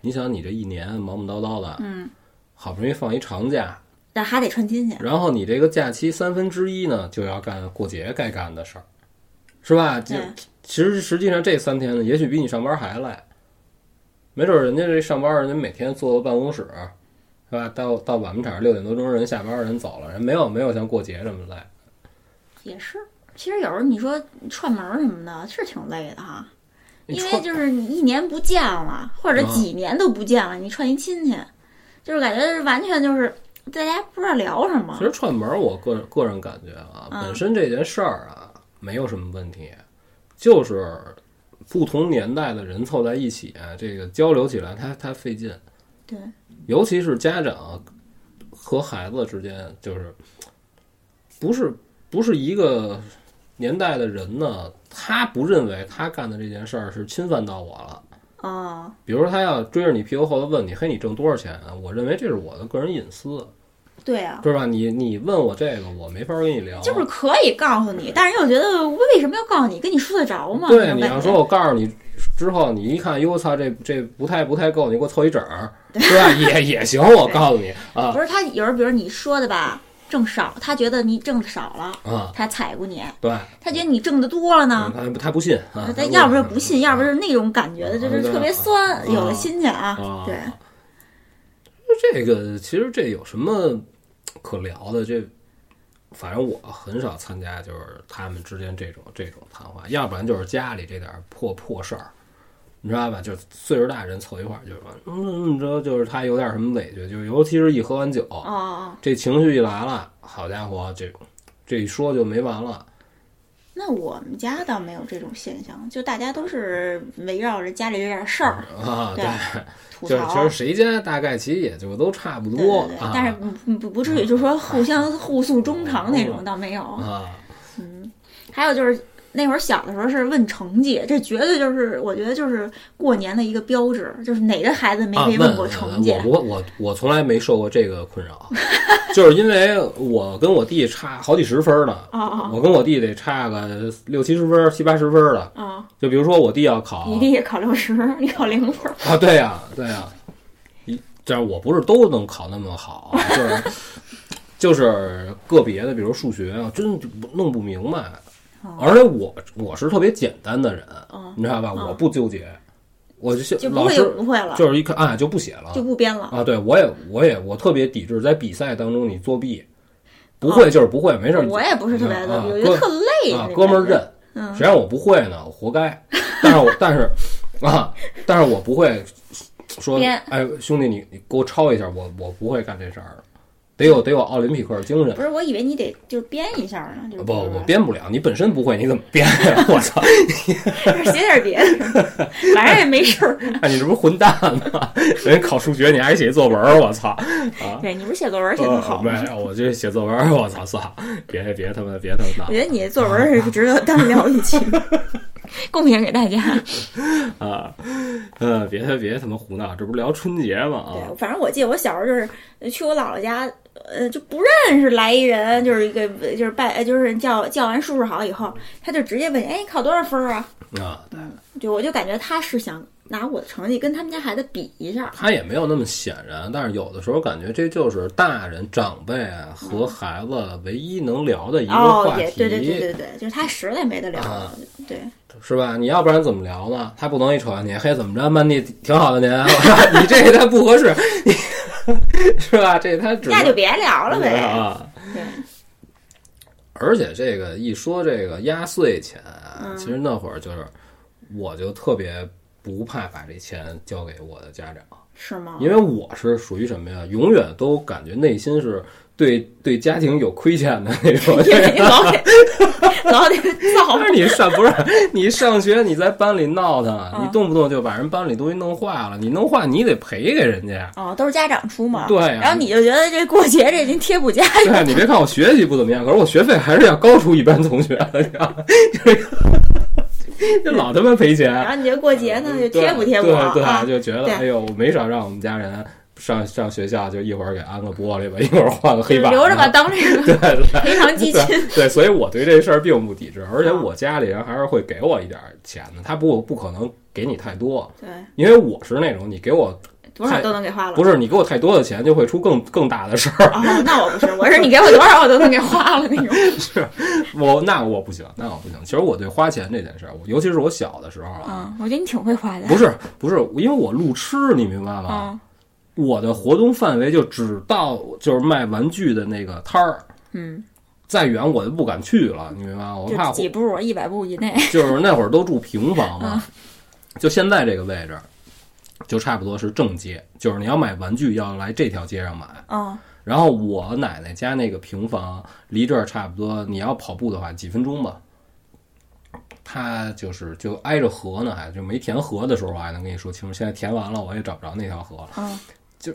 Speaker 4: 你想你这一年忙忙叨叨的，
Speaker 3: 嗯，
Speaker 4: 好不容易放一长假，
Speaker 3: 但还得串亲戚，
Speaker 4: 然后你这个假期三分之一呢就要干过节该干的事儿，是吧？就
Speaker 3: 对
Speaker 4: 其实实际上这三天呢，也许比你上班还累，没准儿人家这上班人家每天坐办公室，是吧？到到晚不点儿六点多钟人下班人走了，人没有没有像过节这么累。
Speaker 3: 也是。其实有时候你说串门儿什么的，是挺累的哈，
Speaker 4: 你
Speaker 3: 因为
Speaker 4: 串
Speaker 3: 就是你一年不见了，或者
Speaker 4: 啊
Speaker 3: 几年都不见了，你串一亲戚，就是感觉完全就是大家不知道聊什么
Speaker 4: 其。实串门儿，我个人个人感觉啊，
Speaker 3: 嗯
Speaker 4: 本身这件事儿啊没有什么问题，就是不同年代的人凑在一起啊、这个交流起来他他费劲，
Speaker 3: 对，
Speaker 4: 尤其是家长和孩子之间，就是不是不是一个年代的人呢，他不认为他干的这件事儿是侵犯到我了。
Speaker 3: 哦，
Speaker 4: 比如说，他要追着你屁股后头问你：“嘿，你挣多少钱啊？”我认为这是我的个人隐私。
Speaker 3: 对啊，
Speaker 4: 是吧？你你问我这个，我没法跟你聊。啊
Speaker 3: 就是可以告诉你，但是又觉得为什么要告诉你？跟你说得着吗？那
Speaker 4: 对，
Speaker 3: 种
Speaker 4: 你
Speaker 3: 感
Speaker 4: 要
Speaker 3: 觉
Speaker 4: 说我告诉你之后，你一看，哟操，这这不太不太够，你给我凑一整儿，是吧？也也行，我告诉你啊
Speaker 3: 不是他有时候，比如你说的吧，挣少，他觉得你挣的少了，
Speaker 4: 啊，
Speaker 3: 他踩过你；
Speaker 4: 对，
Speaker 3: 他觉得你挣的多了呢，
Speaker 4: 他他不信啊，
Speaker 3: 他要不是不信，要不
Speaker 4: 是
Speaker 3: 是那种感觉的，就
Speaker 4: 啊
Speaker 3: 是
Speaker 4: 对
Speaker 3: 特别酸。
Speaker 4: 啊
Speaker 3: 有的亲戚啊
Speaker 4: 啊，
Speaker 3: 对，
Speaker 4: 这个其实这有什么可聊的？这反正我很少参加，就是他们之间这种这种谈话，要不然就是家里这点儿破破事儿，你知道吧？就是岁数大人凑一块儿，就是说，嗯，怎么着？就是他有点什么委屈，就是尤其是一喝完酒，
Speaker 3: 哦哦，
Speaker 4: 这情绪一来了，好家伙，这这一说就没完了。
Speaker 3: 那我们家倒没有这种现象，就大家都是围绕着家里这点事儿
Speaker 4: 啊，
Speaker 3: 对吐
Speaker 4: 就是其
Speaker 3: 槽
Speaker 4: 实。谁家大概其实也就都差不
Speaker 3: 对对
Speaker 4: 多
Speaker 3: 对，
Speaker 4: 啊，
Speaker 3: 但是不不不至于就说互相互诉衷肠那种倒没有。
Speaker 4: 啊，
Speaker 3: 还有就是那会儿小的时候是问成绩，这绝对就是我觉得就是过年的一个标志，就是哪个孩子没
Speaker 4: 啊，
Speaker 3: 被
Speaker 4: 问
Speaker 3: 过成绩？
Speaker 4: 我我我我从来没受过这个困扰，就是因为我跟我弟差好几十分呢，
Speaker 3: 哦哦
Speaker 4: 我跟我弟得差个六七十分、七八十分的。
Speaker 3: 哦，
Speaker 4: 就比如说我弟要考
Speaker 3: 你弟也考六十，你考零分儿，
Speaker 4: 啊，对呀、对呀、一这样我不是都能考那么好啊，就是就是个别的，比如数学啊，真就不弄不明白。而且我我是特别简单的人，
Speaker 3: 哦
Speaker 4: 你知道吧？
Speaker 3: 哦
Speaker 4: 我不纠结，我就
Speaker 3: 就不
Speaker 4: 老
Speaker 3: 会
Speaker 4: 师
Speaker 3: 就不会了，
Speaker 4: 就是一看啊就不写了
Speaker 3: 就不编了。
Speaker 4: 啊，对我也我也我特别抵制在比赛当中你作弊，不会就是不会，没事儿。
Speaker 3: 哦我也不是特别的，
Speaker 4: 啊
Speaker 3: 我觉得特累。
Speaker 4: 啊
Speaker 3: 那，
Speaker 4: 哥们儿
Speaker 3: 感觉
Speaker 4: 认，
Speaker 3: 嗯，
Speaker 4: 谁让我不会呢？我活该。但是我但是啊，但是我不会说，
Speaker 3: 编
Speaker 4: 哎，兄弟，你你给我抄一下，我我不会干这事儿，得有得有奥林匹克精神
Speaker 3: 不。是，我以为你得就是编一下呢，就是
Speaker 4: 啊不，
Speaker 3: 说
Speaker 4: 我编不了，你本身不会，你怎么编呀？ 我操！
Speaker 3: 写点别的， 反正也没事儿。
Speaker 4: 哎，你这不是混蛋吗？ 人家考数学你还写作文儿，我操！啊，
Speaker 3: 对，你不是写作文写得好
Speaker 4: 没
Speaker 3: 吗？
Speaker 4: 有，我这写作文儿，我操，算了，别别他妈别他妈闹
Speaker 3: 我觉得你作文是值得 单聊一期，贡献给大家。
Speaker 4: 啊！嗯，别别他妈胡闹，这不是聊春节吗？啊，
Speaker 3: 对，反正我记得我小时候就是呃去我姥姥家，呃，就不认识来一人，就是一个呃就是拜，呃就是叫叫完叔叔好以后，他就直接问，哎，你考多少分儿啊？
Speaker 4: 啊，对
Speaker 3: 就我就感觉他是想拿我的成绩跟他们家孩子比一下，
Speaker 4: 他也没有那么显然，但是有的时候感觉这就是大人长辈啊和孩子唯一能聊的一个
Speaker 3: 嗯哦，
Speaker 4: 话
Speaker 3: 也
Speaker 4: 题，
Speaker 3: 对对对对对，就是他实在没得聊了，
Speaker 4: 啊
Speaker 3: 对，
Speaker 4: 是吧？你要不然怎么聊呢？他不能一瞅见你，嘿，怎么着，曼蒂挺好的 您，我说你这他不合适，你 是吧？这他只能
Speaker 3: 那就别聊了呗。
Speaker 4: 啊。
Speaker 3: 对，
Speaker 4: 而且这个一说这个压岁钱啊，
Speaker 3: 嗯
Speaker 4: 其实那会儿就是，我就特别不怕把这钱交给我的家长。
Speaker 3: 是吗？
Speaker 4: 因为我是属于什么呀？永远都感觉内心是对对家庭有亏欠的那种。
Speaker 3: 因为你老得老得造
Speaker 4: 但是你上不是你上学你在班里闹腾，
Speaker 3: 嗯
Speaker 4: 你动不动就把人班里东西弄坏了，你弄坏你得赔给人家。
Speaker 3: 哦，都是家长出嘛，
Speaker 4: 对呀
Speaker 3: 然后你就觉得这过节这您贴补家
Speaker 4: 对啊，你别看我学习不怎么样，可是我学费还是要高出一般同学的，你知道吗？ 就老他妈赔钱。
Speaker 3: 然后你觉得过节呢就贴补贴补
Speaker 4: 啊嗯对
Speaker 3: 啊
Speaker 4: 对，，就觉得
Speaker 3: 对
Speaker 4: 哎呦，我没少让我们家人上上学校，就一会儿给安个玻璃吧，一会儿换个黑板，
Speaker 3: 留着吧，。当这个
Speaker 4: 对对。
Speaker 3: 赔偿基金。
Speaker 4: 对啊对，所以我对这事儿并不抵制，
Speaker 3: 啊
Speaker 4: 而且我家里人还是会给我一点儿钱的，他不不可能给你太多，
Speaker 3: 对，
Speaker 4: 因为我是那种你给我
Speaker 3: 多少都能给花了。
Speaker 4: 不是你给我太多的钱就会出更更大的事儿，
Speaker 3: 哦，那我不是，我是你给我多少我都能给花了那种。
Speaker 4: 我那我不行，那我不行。其实我对花钱这件事儿，我尤其是我小的时候啊，
Speaker 3: 嗯，我觉得你挺会花的。
Speaker 4: 不是啊不是，因为我路痴，你明白吗？
Speaker 3: 嗯
Speaker 4: 我的活动范围就只到就是卖玩具的那个摊儿，
Speaker 3: 嗯，
Speaker 4: 再远我就不敢去了，你明白吗？我怕
Speaker 3: 就
Speaker 4: 我
Speaker 3: 几步，一百步以内。
Speaker 4: 就是那会儿都住平房嘛，
Speaker 3: 嗯
Speaker 4: 就现在这个位置，就差不多是正街，就是你要买玩具要来这条街上买。
Speaker 3: 嗯，
Speaker 4: 然后我奶奶家那个平房离这儿差不多，你要跑步的话几分钟吧。它就是就挨着河呢，还就没填河的时候，我还能跟你说清楚。现在填完了，我也找不着那条河了。
Speaker 3: 嗯，
Speaker 4: 就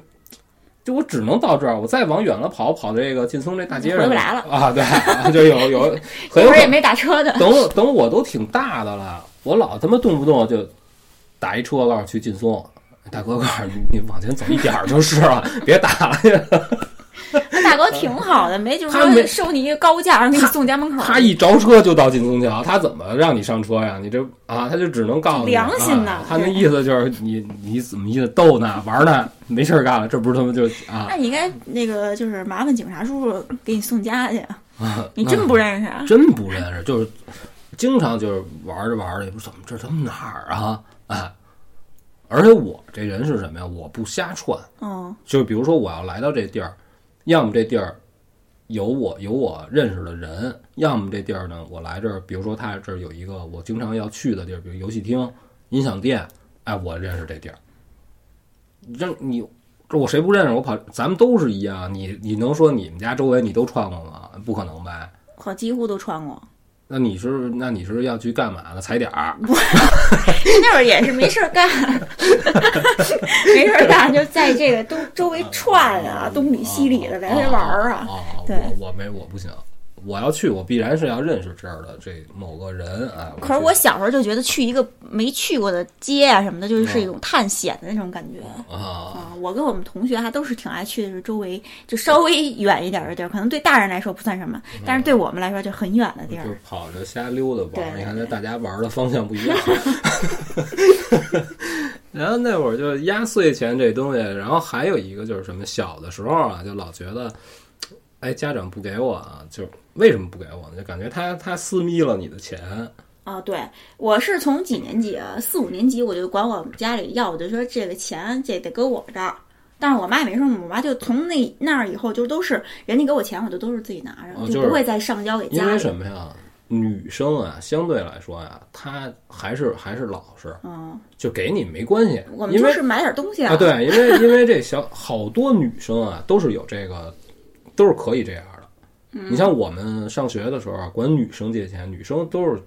Speaker 4: 就我只能到这儿，我再往远了跑，跑这个劲松这大街上
Speaker 3: 回不来了
Speaker 4: 啊！对啊，就有有 很有
Speaker 3: 我
Speaker 4: 可
Speaker 3: 也
Speaker 4: 能
Speaker 3: 没打车的。
Speaker 4: 等我等我都挺大的了，我老他妈动不动就打一车告诉我去劲松，大哥告诉你你往前走一点儿就是了，别打了。
Speaker 3: 大哥挺好的，没就是
Speaker 4: 他没
Speaker 3: 说收你一个高价，然后给你送家门口。
Speaker 4: 他一着车就到劲松桥，他怎么让你上车呀？你这啊，他就只能告诉你
Speaker 3: 良心呐
Speaker 4: 啊他那
Speaker 3: 对
Speaker 4: 意思就是你你怎么意思逗呢玩呢， 没事儿干了，这不是他妈就啊
Speaker 3: 那你应该那个就是麻烦警察叔叔给你送家去，
Speaker 4: 啊！
Speaker 3: 你真不认识啊
Speaker 4: 那？真不认识，就是经常就是玩着玩着，也不是怎么这他妈哪儿啊啊！而且我这人是什么呀？我不瞎串。
Speaker 3: 嗯
Speaker 4: 就是比如说我要来到这地儿，要么这地儿有我有我认识的人，要么这地儿呢，我来这儿，比如说他这儿有一个我经常要去的地儿，比如游戏厅、音响店，哎，我认识这地儿。让你这我谁不认识？我跑，咱们都是一样。你你能说你们家周围你都串过吗？不可能呗。
Speaker 3: 我几乎都穿过，
Speaker 4: 那你是那你是要去干嘛呢？踩点儿？
Speaker 3: 那会儿也是没事儿 干，没事儿干就在这个都周围串啊，东里西里的来回玩儿啊。
Speaker 4: 哦，
Speaker 3: 对
Speaker 4: 我我没我不行，我要去，我必然是要认识这儿的这某个人啊。
Speaker 3: 可是
Speaker 4: 去
Speaker 3: 我小时候就觉得去一个没去过的街啊什么的，就是是一种探险的那种感觉
Speaker 4: 啊，
Speaker 3: 啊。我跟我们同学还都是挺爱去的，是周围就稍微远一点的地儿，可能对大人来说不算什么，但是对我们来说就很远的地
Speaker 4: 就是
Speaker 3: 儿。
Speaker 4: 跑着瞎溜达玩儿。
Speaker 3: 对
Speaker 4: 你看，那大家玩儿的方向不 一样。然后那会儿就是压岁钱这东西，然后还有一个就是什么，小的时候啊，就老觉得，哎，家长不给我，啊，就为什么不给我呢？就感觉他他私密了你的钱，
Speaker 3: 啊，对，我是从几年级啊，四五年级我就管我们家里要，我就说这个钱这得搁我这儿。但是我妈也没说什么，我妈就从那那儿以后就都是人家给我钱，我就都是自己拿着，
Speaker 4: 哦就是
Speaker 3: 不会再上交给家
Speaker 4: 因
Speaker 3: 里。
Speaker 4: 为什么呀？女生啊，相对来说呀，她还是还是老实，
Speaker 3: 嗯，
Speaker 4: 就给你没关系。
Speaker 3: 我们
Speaker 4: 因
Speaker 3: 就
Speaker 4: 为
Speaker 3: 是买点东西
Speaker 4: 啊，对，因为因为这小好多女生啊，都是有这个，都是可以这样的。
Speaker 3: 嗯
Speaker 4: 你像我们上学的时候啊，管女生借钱，女生都是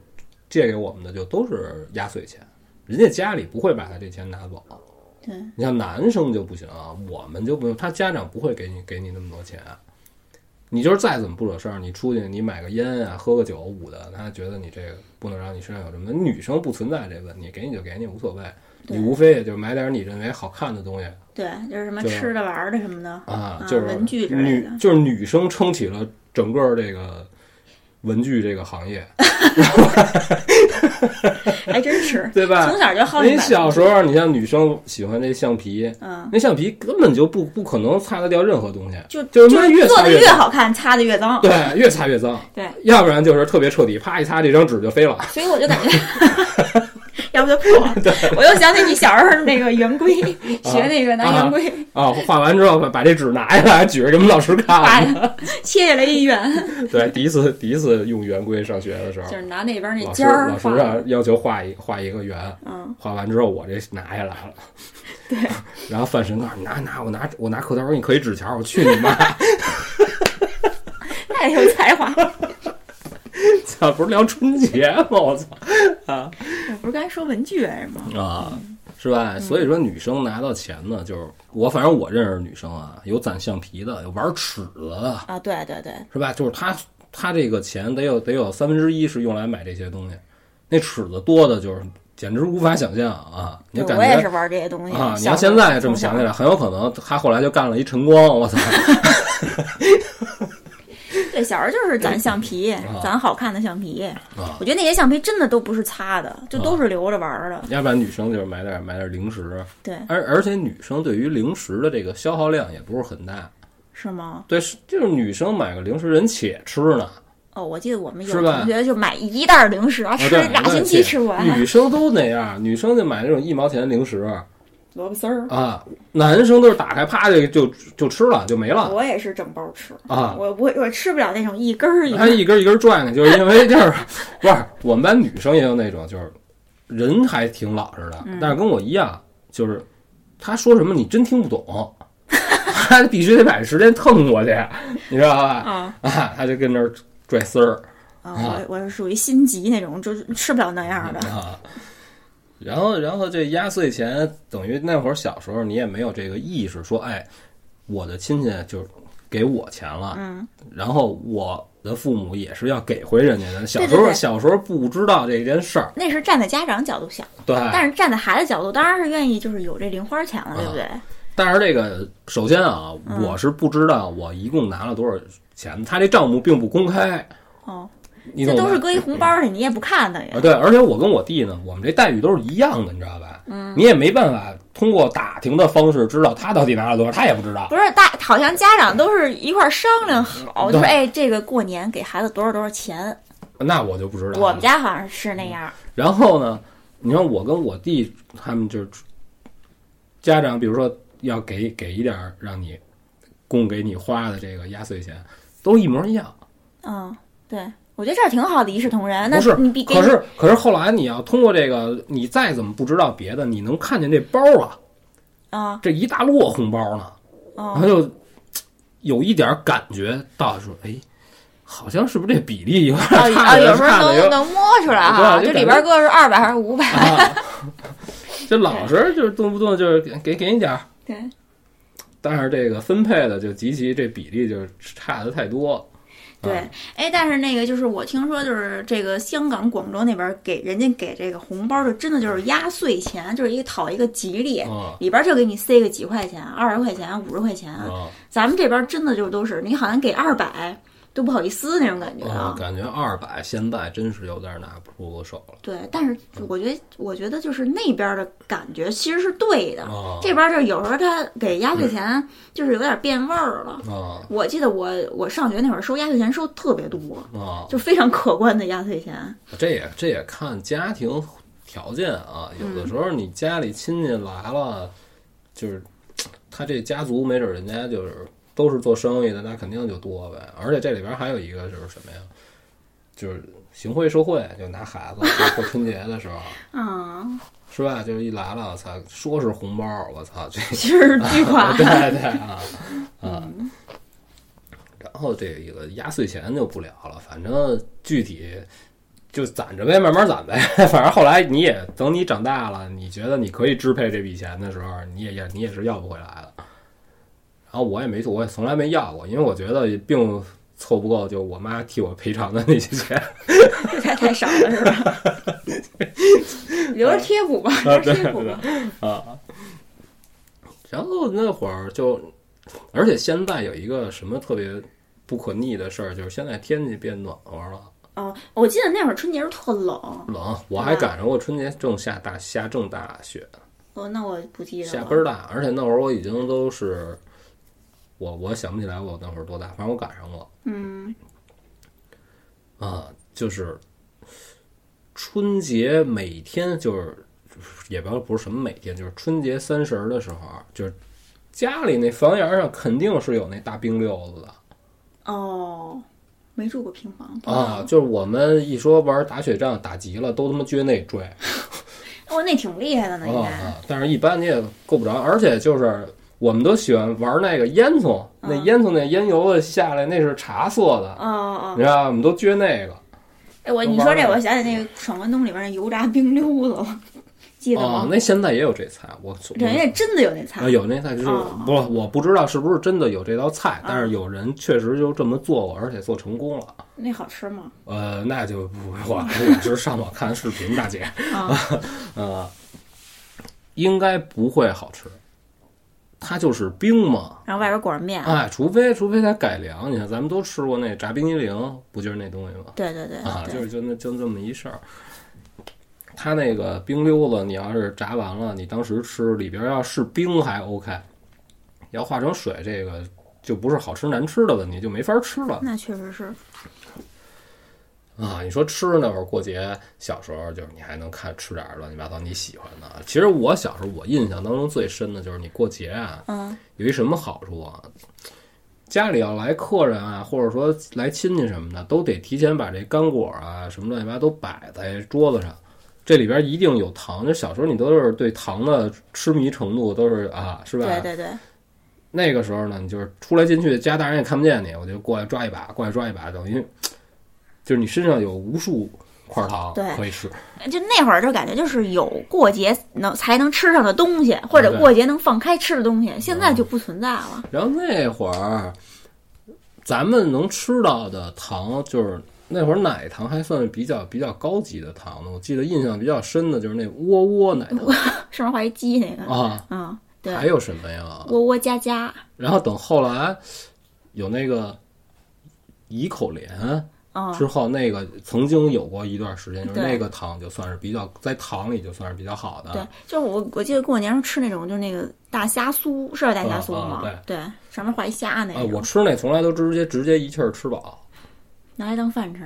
Speaker 4: 借给我们的，就都是压岁钱，人家家里不会把他这钱拿走。
Speaker 3: 对
Speaker 4: 你像男生就不行啊，我们就不用，他家长不会给你给你那么多钱啊。你就是再怎么不惹事儿，你出去你买个烟啊，喝个酒捂的，他觉得你这个不能让你身上有什么。女生不存在这问题，给你就给你无所谓，
Speaker 3: 对
Speaker 4: 你无非也就买点你认为好看的东西
Speaker 3: 对，就是什么
Speaker 4: 就是
Speaker 3: 吃的、玩儿的什么的。
Speaker 4: 啊
Speaker 3: 啊，
Speaker 4: 就是
Speaker 3: 文具之类
Speaker 4: 女
Speaker 3: 的
Speaker 4: 就是女生撑起了整个这个文具这个行业，，
Speaker 3: 呃还真是
Speaker 4: 对吧
Speaker 3: 从小就好奇
Speaker 4: 你
Speaker 3: 买。
Speaker 4: 小时候，你像女生喜欢这橡皮，
Speaker 3: 嗯，
Speaker 4: 那橡皮根本就不不可能擦得掉任何东西，
Speaker 3: 就
Speaker 4: 就是是妈越
Speaker 3: 做
Speaker 4: 擦
Speaker 3: 的
Speaker 4: 越
Speaker 3: 越
Speaker 4: 脏
Speaker 3: 好看，擦的越脏。
Speaker 4: 对，越擦越脏。
Speaker 3: 对，
Speaker 4: 要不然就是特别彻底，啪一擦这张纸就飞了。
Speaker 3: 所以我就感觉， 要不就破。我又想起你小时候那个圆规，学那 个拿圆规
Speaker 4: 啊，画完之后把把这纸拿下来，举着给我们老师
Speaker 3: 把
Speaker 4: 看。
Speaker 3: 切下来一圆，
Speaker 4: 对，第一次第一次用圆规上学的时候
Speaker 3: 就，是拿那边那
Speaker 4: 老师
Speaker 3: 尖儿
Speaker 4: 老师
Speaker 3: 画。
Speaker 4: 啊要求画一画一个圆，
Speaker 3: 嗯，
Speaker 4: 画完之后我这拿下来了。
Speaker 3: 对，
Speaker 4: 然后范神告诉你拿拿我拿我拿课刀给你刻一纸条，我去你妈！
Speaker 3: 太有才华。了。
Speaker 4: 操，不是聊春节吗？我操
Speaker 3: 我 不是刚才说文具来着吗？
Speaker 4: 啊，是吧？所以说女生拿到钱呢，就是我反正我认识女生啊，有攒橡皮的，有玩尺子的，
Speaker 3: 啊，对对对，
Speaker 4: 是吧？就是她她这个钱得有得有三分之一是用来买这些东西，那尺子多的就是简直无法想象啊！你就
Speaker 3: 对
Speaker 4: 感
Speaker 3: 我也是
Speaker 4: 觉
Speaker 3: 玩这些东西
Speaker 4: 啊，你
Speaker 3: 小
Speaker 4: 要
Speaker 3: 时候
Speaker 4: 现在这么想
Speaker 3: 从
Speaker 4: 起
Speaker 3: 小
Speaker 4: 来，很有可能她后来就干了一晨光，我操！
Speaker 3: 对，小时候就是攒橡皮，攒好看的橡皮。
Speaker 4: 啊
Speaker 3: 我觉得那些橡皮真的都不是擦的，就都是留着玩儿的。
Speaker 4: 要不然女生就是买点买点零 食，
Speaker 3: 对，
Speaker 4: 而而且女生对于零食的这个消耗量也不是很大，
Speaker 3: 是吗？
Speaker 4: 对，是就是女生买个零食人且吃呢，
Speaker 3: 哦，我记得我们有
Speaker 4: 是吧
Speaker 3: 同学就买一袋儿零食，
Speaker 4: 啊，
Speaker 3: 吃
Speaker 4: 对，
Speaker 3: 俩星期吃不完，
Speaker 4: 女生都那样，女生就买那种一毛钱的零食
Speaker 3: 萝卜丝儿。
Speaker 4: 啊，男生都是打开啪就就就吃了就没了
Speaker 3: 我也是整包吃，
Speaker 4: 啊。
Speaker 3: 我我我吃不了那种一根儿一根
Speaker 4: 他
Speaker 3: 儿。
Speaker 4: 一根一根转开，就是因为就是不是我们班女生也有那种，就是人还挺老实的，
Speaker 3: 嗯
Speaker 4: 但是跟我一样，就是他说什么你真听不懂，他必须得把这时间腾过去，你知道吧？
Speaker 3: 啊
Speaker 4: 啊，他就跟那儿拽丝儿
Speaker 3: 啊！
Speaker 4: 嗯
Speaker 3: 我我是属于心急那种，就是吃不了那样的。
Speaker 4: 啊。然后，然后这压岁钱等于那会儿小时候你也没有这个意识，说哎，我的亲戚就是给我钱了，
Speaker 3: 嗯，
Speaker 4: 然后我的父母也是要给回人家的。小时候，
Speaker 3: 对对对
Speaker 4: 小时候不知道这件事儿，
Speaker 3: 那是站在家长角度想，
Speaker 4: 对。
Speaker 3: 但是站在孩子角度，当然是愿意就是有这零花钱了，对不对？
Speaker 4: 嗯但是这个，首先啊，
Speaker 3: 嗯
Speaker 4: 我是不知道我一共拿了多少钱，他这账目并不公开，
Speaker 3: 哦，
Speaker 4: 你
Speaker 3: 这
Speaker 4: 懂吗？
Speaker 3: 都是搁一红包里，你也不看的呀
Speaker 4: 嗯啊，。对，而且我跟我弟呢，我们这待遇都是一样的，你知道吧？嗯，你也没办法通过打听的方式知道他到底拿了多少，他也不知道。
Speaker 3: 不是大，好像家长都是一块儿商量好，就
Speaker 4: 嗯对
Speaker 3: 说哎，这个过年给孩子多少多少钱。
Speaker 4: 那我就不知道了。
Speaker 3: 我们家好像是那样，
Speaker 4: 然后呢，你看我跟我弟他们就是家长，比如说要给给一点儿让你供给你花的这个压岁钱，都一模一样。
Speaker 3: 嗯，对，我觉得这儿挺好的，一视同仁。啊那
Speaker 4: 不是
Speaker 3: 你比，给
Speaker 4: 可是可是后来你要通过这个，你再怎么不知道别的，你能看见这包啊，
Speaker 3: 啊
Speaker 4: 这一大摞红包呢。然
Speaker 3: 啊
Speaker 4: 后就嘖有一点感觉到说，哎，好像是不是这比例有点
Speaker 3: 啊，
Speaker 4: 差着
Speaker 3: 啊有时
Speaker 4: 差
Speaker 3: 候
Speaker 4: 着有
Speaker 3: 能能摸出来哈，
Speaker 4: 对
Speaker 3: 这
Speaker 4: 就感觉
Speaker 3: 里边搁是二百还是 五百？
Speaker 4: 啊，这老实就是动不动就是给给给你点儿，
Speaker 3: 对，
Speaker 4: 但是这个分配的就极其这比例就差的太多。
Speaker 3: 对
Speaker 4: 啊，
Speaker 3: 哎，但是那个就是我听说，就是这个香港、广州那边儿给人家给这个红包，就真的就是压岁钱，就是一个讨一个吉利，
Speaker 4: 啊
Speaker 3: 里边儿就给你塞个几块钱，二十块钱、五十块钱。
Speaker 4: 啊
Speaker 3: 咱们这边儿真的就都是，你好像给二百，都不好意思那种感觉
Speaker 4: 嗯
Speaker 3: 啊。
Speaker 4: 感觉二百现在真是有点拿不出手了。
Speaker 3: 对，但是我觉得，我觉得就是那边的感觉其实是对的，
Speaker 4: 哦嗯
Speaker 3: 这边就是有时候他给压岁钱就是有点变味儿了。
Speaker 4: 啊
Speaker 3: 我记得我我上学那会儿收压岁钱收特别多，
Speaker 4: 啊，
Speaker 3: 就非常可观的压岁钱。
Speaker 4: 这也这也看家庭条件啊，有
Speaker 3: 嗯
Speaker 4: 的时候你家里亲戚来了，就是他这家族没准人家就是都是做生意的，那肯定就多呗。而且这里边还有一个就是什么呀，就是行贿受贿，就拿孩子过春节的时候。
Speaker 3: 嗯，
Speaker 4: 是吧？就是一来了，我操，说是红包，我操，这
Speaker 3: 其实巨 款
Speaker 4: 对对啊啊。然后这个压岁钱就不聊了，反正具体就攒着呗，慢慢攒呗。 反正后来你也等你长大了，你觉得你可以支配这笔钱的时候，你也也你也是要不回来的。然后我也没，我也从来没要过，因为我觉得并凑不够，就我妈替我赔偿的那些钱。
Speaker 3: 太太少了是吧？ 留着贴补吧，留着贴补吧。
Speaker 4: 啊。然后那会儿就，而且现在有一个什么特别不可逆的事儿，就是现在天气变暖和了，
Speaker 3: 哦，我记得那会儿春节是特冷，
Speaker 4: 冷。我还赶上过春节正下大下正大雪，
Speaker 3: 哦，那我不记得
Speaker 4: 下
Speaker 3: 了。
Speaker 4: 倍儿大，而且那会儿我已经都是，我我想不起来我那会儿多大，反正我赶上过
Speaker 3: 嗯，
Speaker 4: 啊，就是春节每天就是。也不知道不是什么每天，就是春节三十儿的时候，啊就是家里那房檐上肯定是有那大冰溜子的，
Speaker 3: 哦，没住过平房
Speaker 4: 啊，，就是我们一说玩打雪仗，打急了都他妈撅那追啊
Speaker 3: 哦，那挺厉害的呢，应该。
Speaker 4: 啊！但是一般你也够不着，而且就是我们都喜欢玩那个烟囱，
Speaker 3: 嗯
Speaker 4: 那烟囱那烟油子下来那是茶色的，
Speaker 3: 哦哦，
Speaker 4: 你知道吧我们都撅那个。
Speaker 3: 哎，我你说这，我想起那个《闯关东》里边那油炸冰溜子了， 记得
Speaker 4: 哦
Speaker 3: 吗，？
Speaker 4: 那嗯现在也有这菜，我我
Speaker 3: 人家真的有那菜
Speaker 4: 啊，有那菜就是
Speaker 3: 哦
Speaker 4: 不，我不知道是不是真的有这道菜，但
Speaker 3: 啊
Speaker 4: 是有人确实就这么做过，而且做成功了。
Speaker 3: 那好吃吗？
Speaker 4: 呃，那就不我我是上网看视频，大姐，
Speaker 3: 啊，
Speaker 4: 呃，应该不会好吃，它就是冰嘛。
Speaker 3: 然后外边裹着面。
Speaker 4: 哎，除非除非它改良，你看咱们都吃过那炸冰激凌，不就是那东西吗？
Speaker 3: 对对对
Speaker 4: 啊，就
Speaker 3: 嗯对，
Speaker 4: 是就那就这么一事儿。它那个冰溜子，你要是炸完了，你当时吃里边要是冰还 OK，要化成水，这个就不是好吃难吃的问题，就没法吃了。
Speaker 3: 那确实是。
Speaker 4: 啊，你说吃那会儿过节，小时候就是你还能看吃点儿乱七八糟你喜欢的。啊其实我小时候我印象当中最深的就是你过节啊，
Speaker 3: 嗯
Speaker 4: 有一什么好处啊？家里要来客人啊，或者说来亲戚什么的，都得提前把这干果啊什么乱七八糟都摆在桌子上，这里边一定有糖。就小时候你都是对糖的痴迷程度都是啊， 是吧？
Speaker 3: 对对对，
Speaker 4: 那个时候呢，你就是出来进去，家大人也看不见你，我就过来抓一把，过来抓一把，等于就是你身上有无数块糖
Speaker 3: 对
Speaker 4: 可以吃。
Speaker 3: 就那会儿就感觉就是有过节能才能吃上的东西，或者
Speaker 4: 对哦
Speaker 3: 过节能放开吃的东西，现在就不存在了。
Speaker 4: 然后那会儿，咱们能吃到的糖，就是那会儿奶糖还算是比较比较高级的糖呢。我记得印象比较深的就是那窝窝 奶糖
Speaker 3: 上面画一鸡那个，
Speaker 4: 啊，
Speaker 3: 嗯，
Speaker 4: 还
Speaker 3: 对，
Speaker 4: 有什么呀？
Speaker 3: 窝窝家家，
Speaker 4: 然后等后来有那个怡口莲，
Speaker 3: 嗯
Speaker 4: 之后，那个曾经有过一段时间，就是
Speaker 3: 对
Speaker 4: 那个糖就算是比较在糖里就算是比较好的。
Speaker 3: 对，就是我我记得过年时候吃那种，就是那个大虾酥，是叫大虾酥吗？
Speaker 4: 啊啊
Speaker 3: 对上面画一虾那
Speaker 4: 啊，
Speaker 3: 种，
Speaker 4: 我吃那从来都直接直接一气儿吃饱
Speaker 3: 拿来当饭吃，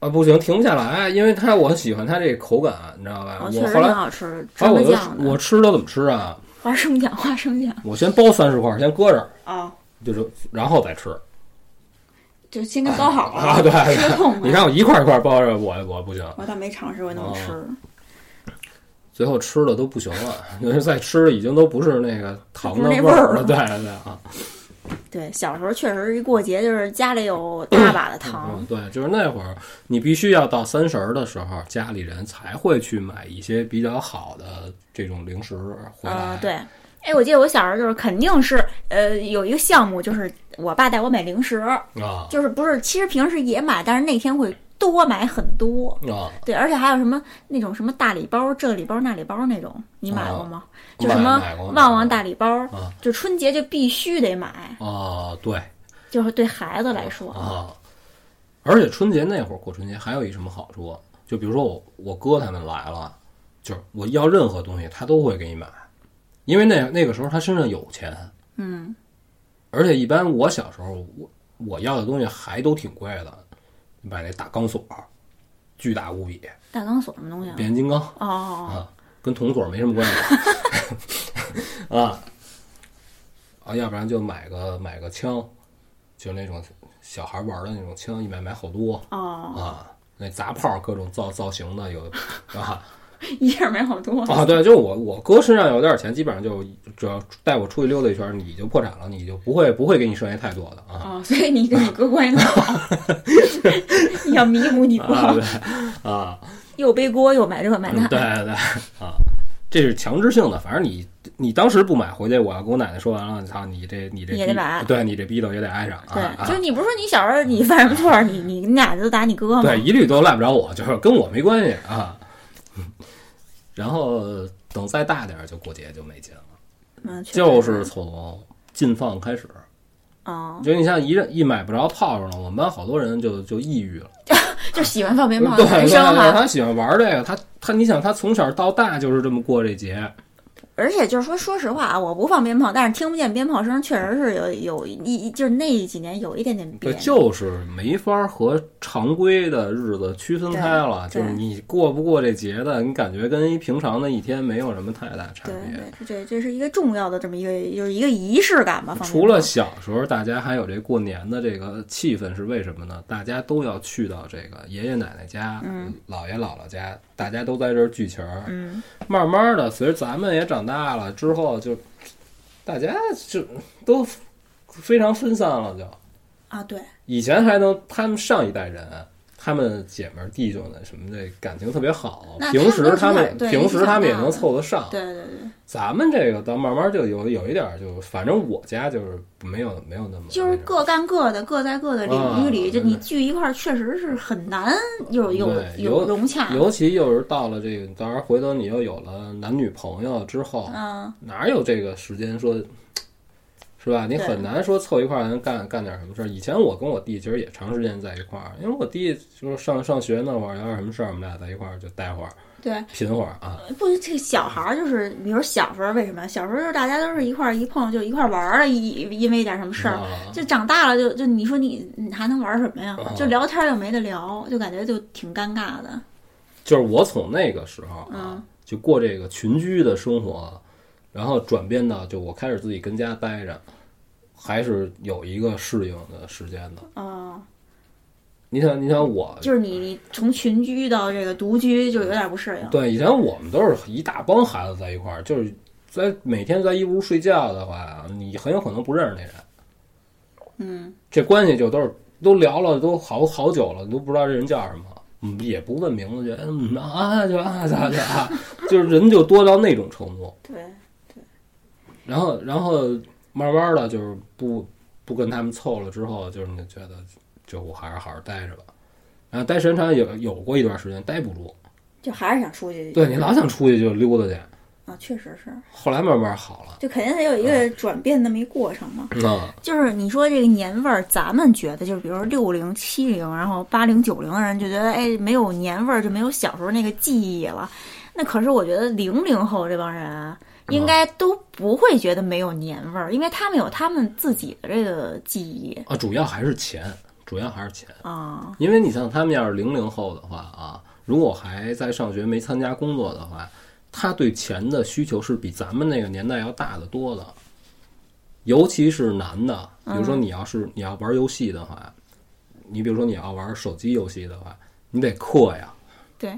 Speaker 4: 啊，不行，停不下来，因为它我喜欢它这口感，你知道吧？
Speaker 3: 哦
Speaker 4: 我
Speaker 3: 确实
Speaker 4: 后
Speaker 3: 挺
Speaker 4: 来
Speaker 3: 好吃，
Speaker 4: 啊，
Speaker 3: 芝麻
Speaker 4: 我
Speaker 3: 酱
Speaker 4: 就
Speaker 3: 的，
Speaker 4: 我吃它怎么吃啊？
Speaker 3: 花生酱，花生酱，
Speaker 4: 我先包三十块儿，先搁这儿，
Speaker 3: 哦，
Speaker 4: 就是然后再吃
Speaker 3: 就先跟包好
Speaker 4: 啊。对，
Speaker 3: 吃痛
Speaker 4: 对
Speaker 3: 快
Speaker 4: 你看我一哦块儿一块儿包着，我我不行，
Speaker 3: 我倒没尝试过那么吃，
Speaker 4: 最后吃的都不行了，因为再吃已经都不是那个糖的
Speaker 3: 不是那
Speaker 4: 味儿
Speaker 3: 味儿
Speaker 4: 了。
Speaker 3: 了
Speaker 4: 对对对啊。
Speaker 3: 对，小时候确实一过节就是家里有 大把的糖
Speaker 4: 嗯，，对，就是那会儿，你必须要到三十儿的时候，家里人才会去买一些比较好的这种零食回来。
Speaker 3: 嗯，对。哎，我记得我小时候就是肯定是，呃，有一个项目就是我爸带我买零食，
Speaker 4: 啊
Speaker 3: 就是不是，其实平时也买，但是那天会多买很多。
Speaker 4: 啊，
Speaker 3: 对，而且还有什么那种什么大礼包，这礼包那礼包那种，你买过吗？就
Speaker 4: 买
Speaker 3: 什么
Speaker 4: 哦买过买
Speaker 3: 旺
Speaker 4: 过
Speaker 3: 旺大礼包，
Speaker 4: 啊
Speaker 3: 就春节就必须得买，
Speaker 4: 啊，对
Speaker 3: 就是对孩子来说，
Speaker 4: 啊，而且春节那会儿过春节还有一什么好处啊？就比如说我我哥他们来了，就是我要任何东西他都会给你买，因为那那个时候他身上有钱。
Speaker 3: 嗯，
Speaker 4: 而且一般我小时候我我要的东西还都挺贵的，买那大钢锁，巨大无比，
Speaker 3: 大钢索什么东西啊？
Speaker 4: 变形金刚。
Speaker 3: 哦哦，哦
Speaker 4: 啊，跟铜锁没什么关系 啊啊，要不然就买个买个枪，就那种小孩玩的那种枪，一买买好多
Speaker 3: 哦，
Speaker 4: 啊，那杂炮各种造造型的有啊
Speaker 3: 一下买好多。
Speaker 4: 啊，对，就我我哥身上有点钱，基本上就只要带我出去溜达一圈，你就破产了，你就不会不会给你剩下太多的啊。
Speaker 3: 哦，所以你跟你哥关系特好， 要弥补你
Speaker 4: 啊，
Speaker 3: 哥，
Speaker 4: 对啊，
Speaker 3: 又背锅又买这买
Speaker 4: 嗯
Speaker 3: 那。
Speaker 4: 对对啊，这是强制性的。反正你你当时不买回去，我要跟我奶奶说完了，操你这你这
Speaker 3: 也得
Speaker 4: 逼
Speaker 3: 买
Speaker 4: 对你这逼斗也得挨上啊
Speaker 3: 对，
Speaker 4: 啊
Speaker 3: 就！你不是说你小时候你犯什么错儿，你你你俩都打你哥吗？
Speaker 4: 对，一律都赖不着我，就是跟我没关系啊。 然后等再大点儿，就过节就没劲了，
Speaker 3: 嗯，确实
Speaker 4: 就是从禁放开始，
Speaker 3: 哦，
Speaker 4: 就你像一人一买不着炮仗了，我们班好多人就就抑郁了。
Speaker 3: 就喜欢放鞭
Speaker 4: 对
Speaker 3: 炮的男
Speaker 4: 对对，
Speaker 3: 生啊哈，
Speaker 4: 他喜欢玩这个，他他你想他从小到大就是这么过这节，
Speaker 3: 而且就是说，说实话啊，我不放鞭炮，但是听不见鞭炮声，确实是有有一就是那几年有一点点别
Speaker 4: 对，
Speaker 3: 扭。
Speaker 4: 就是没法和常规的日子区分开了，就
Speaker 3: 对
Speaker 4: 是你过不过这节的，你感觉跟一平常的一天没有什么太大差
Speaker 3: 对
Speaker 4: 别。
Speaker 3: 对，这这是一个重要的这么一个就是一个仪式感吧。放鞭
Speaker 4: 除了
Speaker 3: 炮
Speaker 4: 小时候，大家还有这过年的这个气氛是为什么呢？大家都要去到这个爷爷奶奶家、姥爷姥姥家，大家都在这儿聚群儿。
Speaker 3: 嗯，
Speaker 4: 慢慢的，随着咱们也长大了之后就，大家就都非常分散了，就。
Speaker 3: 啊，对，
Speaker 4: 以前还能，他们上一代人，啊他们姐们儿弟兄的什么的感情特别好
Speaker 3: 那，
Speaker 4: 平时他
Speaker 3: 他们
Speaker 4: 们
Speaker 3: 都是对
Speaker 4: 平时他们也能
Speaker 3: 一起长
Speaker 4: 凑
Speaker 3: 大的
Speaker 4: 得上。
Speaker 3: 对对对，
Speaker 4: 咱们这个到慢慢就有有一点儿就，反正我家就是没有没有那么
Speaker 3: 就是各干各的，各在各的领域里，
Speaker 4: 啊
Speaker 3: 就你
Speaker 4: 对
Speaker 3: 聚一块儿，确实是很难有有
Speaker 4: 对
Speaker 3: 有
Speaker 4: 有
Speaker 3: 融洽。
Speaker 4: 尤其又是到了这个，到时候回头你又有了男女朋友之后，
Speaker 3: 嗯，
Speaker 4: 哪有这个时间说，是吧？你
Speaker 3: 对
Speaker 4: 很难说凑一块儿能干干点什么事儿。以前我跟我弟其实也长时间在一块儿，因为我弟就是上上学那会儿，要是什么事儿，我们俩在一块儿就待会儿
Speaker 3: 对，
Speaker 4: 贫会儿啊。
Speaker 3: 不，这个小孩儿就是，比如小时候为什么？小时候就是大家都是一块儿一碰就一块儿玩儿了，一因为一点什么事儿。
Speaker 4: 啊
Speaker 3: 就长大了就，就你说你你还能玩儿什么呀
Speaker 4: 啊？
Speaker 3: 就聊天儿又没得聊，就感觉就挺尴尬的。
Speaker 4: 就是我从那个时候啊
Speaker 3: 嗯，
Speaker 4: 就过这个群居的生活，然后转变到就我开始自己跟家待着，还是有一个适应的时间的。
Speaker 3: 哦，
Speaker 4: 呃你想，你想我
Speaker 3: 就是你你从群居到这个独居，就有点不适应。
Speaker 4: 对，以前我们都是一大帮孩子在一块儿，就是在每天在一屋睡觉的话，啊你很有可能不认识那人。
Speaker 3: 嗯，
Speaker 4: 这关系就都是都聊了都好好久了，都不知道这人叫什么，嗯，也不问名字，就嗯啊就啊就啊就啊， 就是人就多到那种程度。
Speaker 3: 对，
Speaker 4: 然后然后慢慢的就是不不跟他们凑了之后，就是你觉得就我还是好好待着吧。然后待时间长有有过一段时间待不住，
Speaker 3: 就还是想出去。
Speaker 4: 对你老想出去就溜达去。
Speaker 3: 啊，确实是，
Speaker 4: 后来慢慢好了。
Speaker 3: 就肯定得有一个转变那么一过程嘛。
Speaker 4: 啊，
Speaker 3: 嗯就是你说这个年味儿，咱们觉得就是，比如说六零、七零，然后八零、九零的人就觉得，哎，没有年味儿，就没有小时候那个记忆了。那可是我觉得零零后这帮人啊，应该都不会觉得没有年味儿，因为他们有他们自己的这个记忆
Speaker 4: 啊，主要还是钱，主要还是钱。
Speaker 3: 啊。
Speaker 4: 因为你像他们要是零零后的话啊，如果还在上学没参加工作的话，他对钱的需求是比咱们那个年代要大得多的。尤其是男的，比
Speaker 3: 嗯
Speaker 4: 如说你要是你要玩游戏的话，你比如说你要玩手机游戏的话，你得氪呀，
Speaker 3: 对，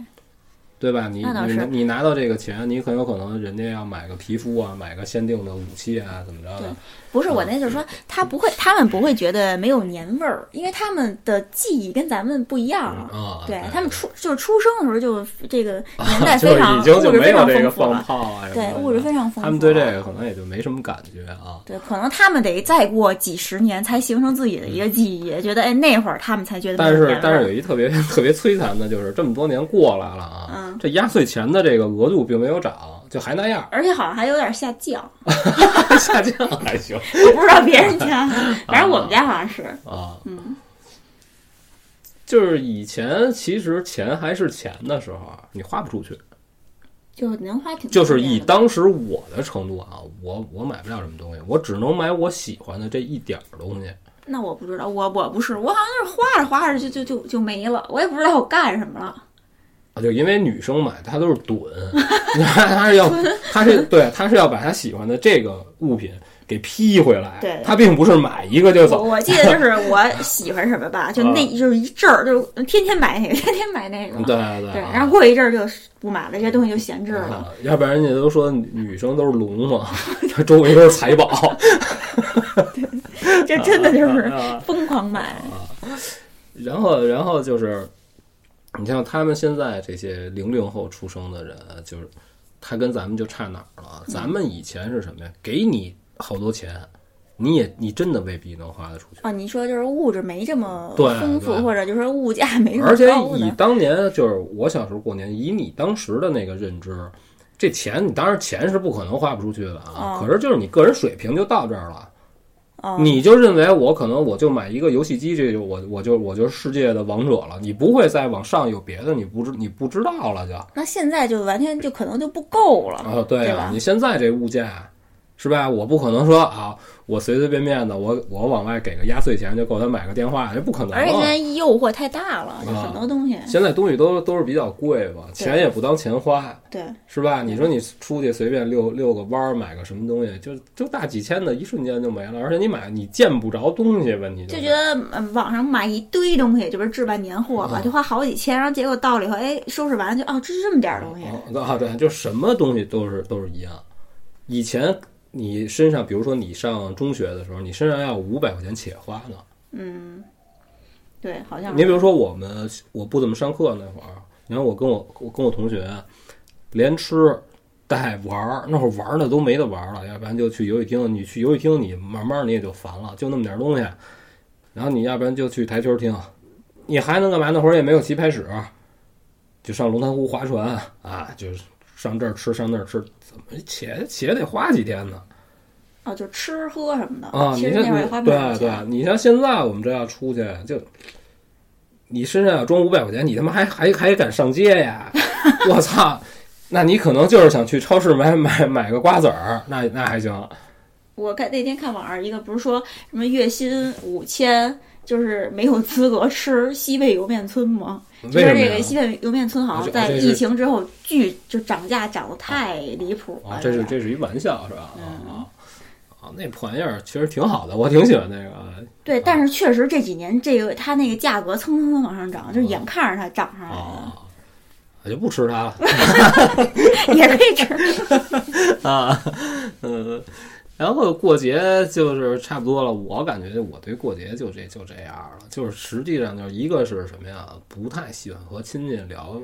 Speaker 4: 对吧？你
Speaker 3: 那倒
Speaker 4: 你
Speaker 3: 是
Speaker 4: 你拿到这个钱，你很有可能人家要买个皮肤啊，买个限定的武器啊，怎么着的
Speaker 3: 对？不是我那就是说，他不会，他们不会觉得没有年味儿，因为他们的记忆跟咱们不一样
Speaker 4: 嗯啊
Speaker 3: 对
Speaker 4: 对
Speaker 3: 他们出就是出生的时候就这个年代
Speaker 4: 就是
Speaker 3: 非常
Speaker 4: 已经就
Speaker 3: 物质
Speaker 4: 没
Speaker 3: 非
Speaker 4: 有
Speaker 3: 常
Speaker 4: 这个
Speaker 3: 丰富
Speaker 4: 放
Speaker 3: 了。
Speaker 4: 炮啊什么的，
Speaker 3: 对，物质非常丰富了。
Speaker 4: 他们对这个可能也就没什么感觉啊。
Speaker 3: 对，可能他们得再过几十年才形成自己的一个记忆，觉得哎那会儿他们才觉得
Speaker 4: 嗯但
Speaker 3: 没有年味
Speaker 4: 是
Speaker 3: 儿。
Speaker 4: 但是有一特别特别摧残的，就是这么多年过来了啊，
Speaker 3: 嗯，
Speaker 4: 这压岁钱的这个额度并没有涨，就还那样
Speaker 3: 而且好像还有点下降，
Speaker 4: 下降还行 啊嗯
Speaker 3: 我不知道别人家，反正我们家好像是。
Speaker 4: 啊。嗯，啊就是以前其实钱还是钱的时候啊，你花不出去，
Speaker 3: 就是能花挺多
Speaker 4: 就是
Speaker 3: 钱
Speaker 4: 以
Speaker 3: 的
Speaker 4: 当时我的程度啊，我我买不了什么东西，我只能买我喜欢的这一点儿东西。
Speaker 3: 那我不知道，我我不是，我好像就是花着花着就就就就没了，我也不知道我干什么了。
Speaker 4: 啊，就因为女生买，她都是囤， 她她是要，她是对，她是要把她喜欢的这个物品给批回来。
Speaker 3: 对哦
Speaker 4: 她并不是买一个就
Speaker 3: 我
Speaker 4: 走。啊
Speaker 3: 我记得就是我喜欢什么吧， 就那就是一阵儿，就天天买那个，天天买那个。
Speaker 4: 对对对
Speaker 3: 对，
Speaker 4: 啊
Speaker 3: 然后过一阵儿就不买了，这些东西就闲置了。
Speaker 4: 啊要不然人家都说女生都是龙嘛， 她周围都是财宝。 嗯
Speaker 3: 这真的就是
Speaker 4: 啊
Speaker 3: 疯狂买，
Speaker 4: 然后，然后就是，你像他们现在这些零零后出生的人，啊就是他跟咱们就差哪儿了？啊咱们以前是什么呀？给你好多钱，你也你真的未必能花得出去。
Speaker 3: 哦，你说就是物质没这么
Speaker 4: 对
Speaker 3: 丰富
Speaker 4: 对，
Speaker 3: 或者就说物价没这么
Speaker 4: 而且
Speaker 3: 高
Speaker 4: 以
Speaker 3: 的，
Speaker 4: 当年就是我小时候过年，以你当时的那个认知，这钱你当然钱是不可能花不出去的啊。
Speaker 3: 嗯
Speaker 4: 可是就是你个人水平就到这儿了，
Speaker 3: 哦，
Speaker 4: 你就认为我可能我就买一个游戏机，这就我我就我就是世界的王者了。你不会再往上有别的，你不知你不知道了就
Speaker 3: 那现在就完全就可能就不够了，
Speaker 4: 啊，对啊
Speaker 3: 吧，
Speaker 4: 你？现在这物价。是吧？我不可能说啊，我随随便便的，我我往外给个压岁钱就够他买个电话，这不可能、啊。
Speaker 3: 而且现在诱惑太大了，就
Speaker 4: 啊
Speaker 3: 很多东西，
Speaker 4: 现在东西都都是比较贵吧，钱也不当钱花，
Speaker 3: 对，
Speaker 4: 是吧？你说你出去随便溜溜个弯儿，买个什么东西，就就大几千的，一瞬间就没了。而且你买你见不着东西，问题
Speaker 3: 就是觉得嗯网上买一堆东西，就是置办年货吧，
Speaker 4: 嗯
Speaker 3: 就花好几千，然后结果到了以后，哎，收拾完就哦，这是这么点儿东西，
Speaker 4: 啊啊，对，就什么东西都是都是一样。以前你身上，比如说你上中学的时候，你身上要有五百块钱且花呢。
Speaker 3: 嗯，对，好像
Speaker 4: 你比如说我们我不怎么上课那会儿，你看我跟我我跟我同学，连吃带玩儿，那会儿玩儿的都没得玩儿了，要不然就去游戏厅。你去游戏厅，你慢慢你也就烦了，就那么点儿东西。然后你要不然就去台球厅，你还能干嘛？那会儿也没有棋牌室，就上龙潭湖划船啊，就是上这儿吃上那儿吃，怎么且且得花几天呢？
Speaker 3: 哦，就吃喝什么的，
Speaker 4: 啊，
Speaker 3: 其
Speaker 4: 你
Speaker 3: 实
Speaker 4: 像
Speaker 3: 那会儿也
Speaker 4: 你
Speaker 3: 花不了
Speaker 4: 对
Speaker 3: 钱
Speaker 4: 对，，你像现在我们这要出去，就你身上要装五百块钱，你他妈还还还敢上街呀？ 我操！那你可能就是想去超市买买买个瓜子儿，那那还行
Speaker 3: 我看那天看网上一个不是说什么月薪五千，就是没有资格吃西贝莜面村吗？
Speaker 4: 为
Speaker 3: 就是
Speaker 4: 什么
Speaker 3: 这
Speaker 4: 呀
Speaker 3: 个西贝莜面村好像
Speaker 4: 啊
Speaker 3: 在
Speaker 4: 这
Speaker 3: 疫情之后巨就涨价涨得太离谱了
Speaker 4: 啊，，这是这是一玩笑是吧？
Speaker 3: 嗯
Speaker 4: 啊啊啊，那破玩意儿其实挺好的，我挺喜欢那个啊。
Speaker 3: 对，但是确实这几年这个它那个价格蹭蹭蹭往上涨，就是眼看着它涨上来
Speaker 4: 啊
Speaker 3: 了，
Speaker 4: 我就不吃它了
Speaker 3: 也可以吃。
Speaker 4: 啊，嗯，然后过节就是差不多了，我感觉我对过节就这就这样了，就是实际上就是一个是什么呀，不太喜欢和亲戚聊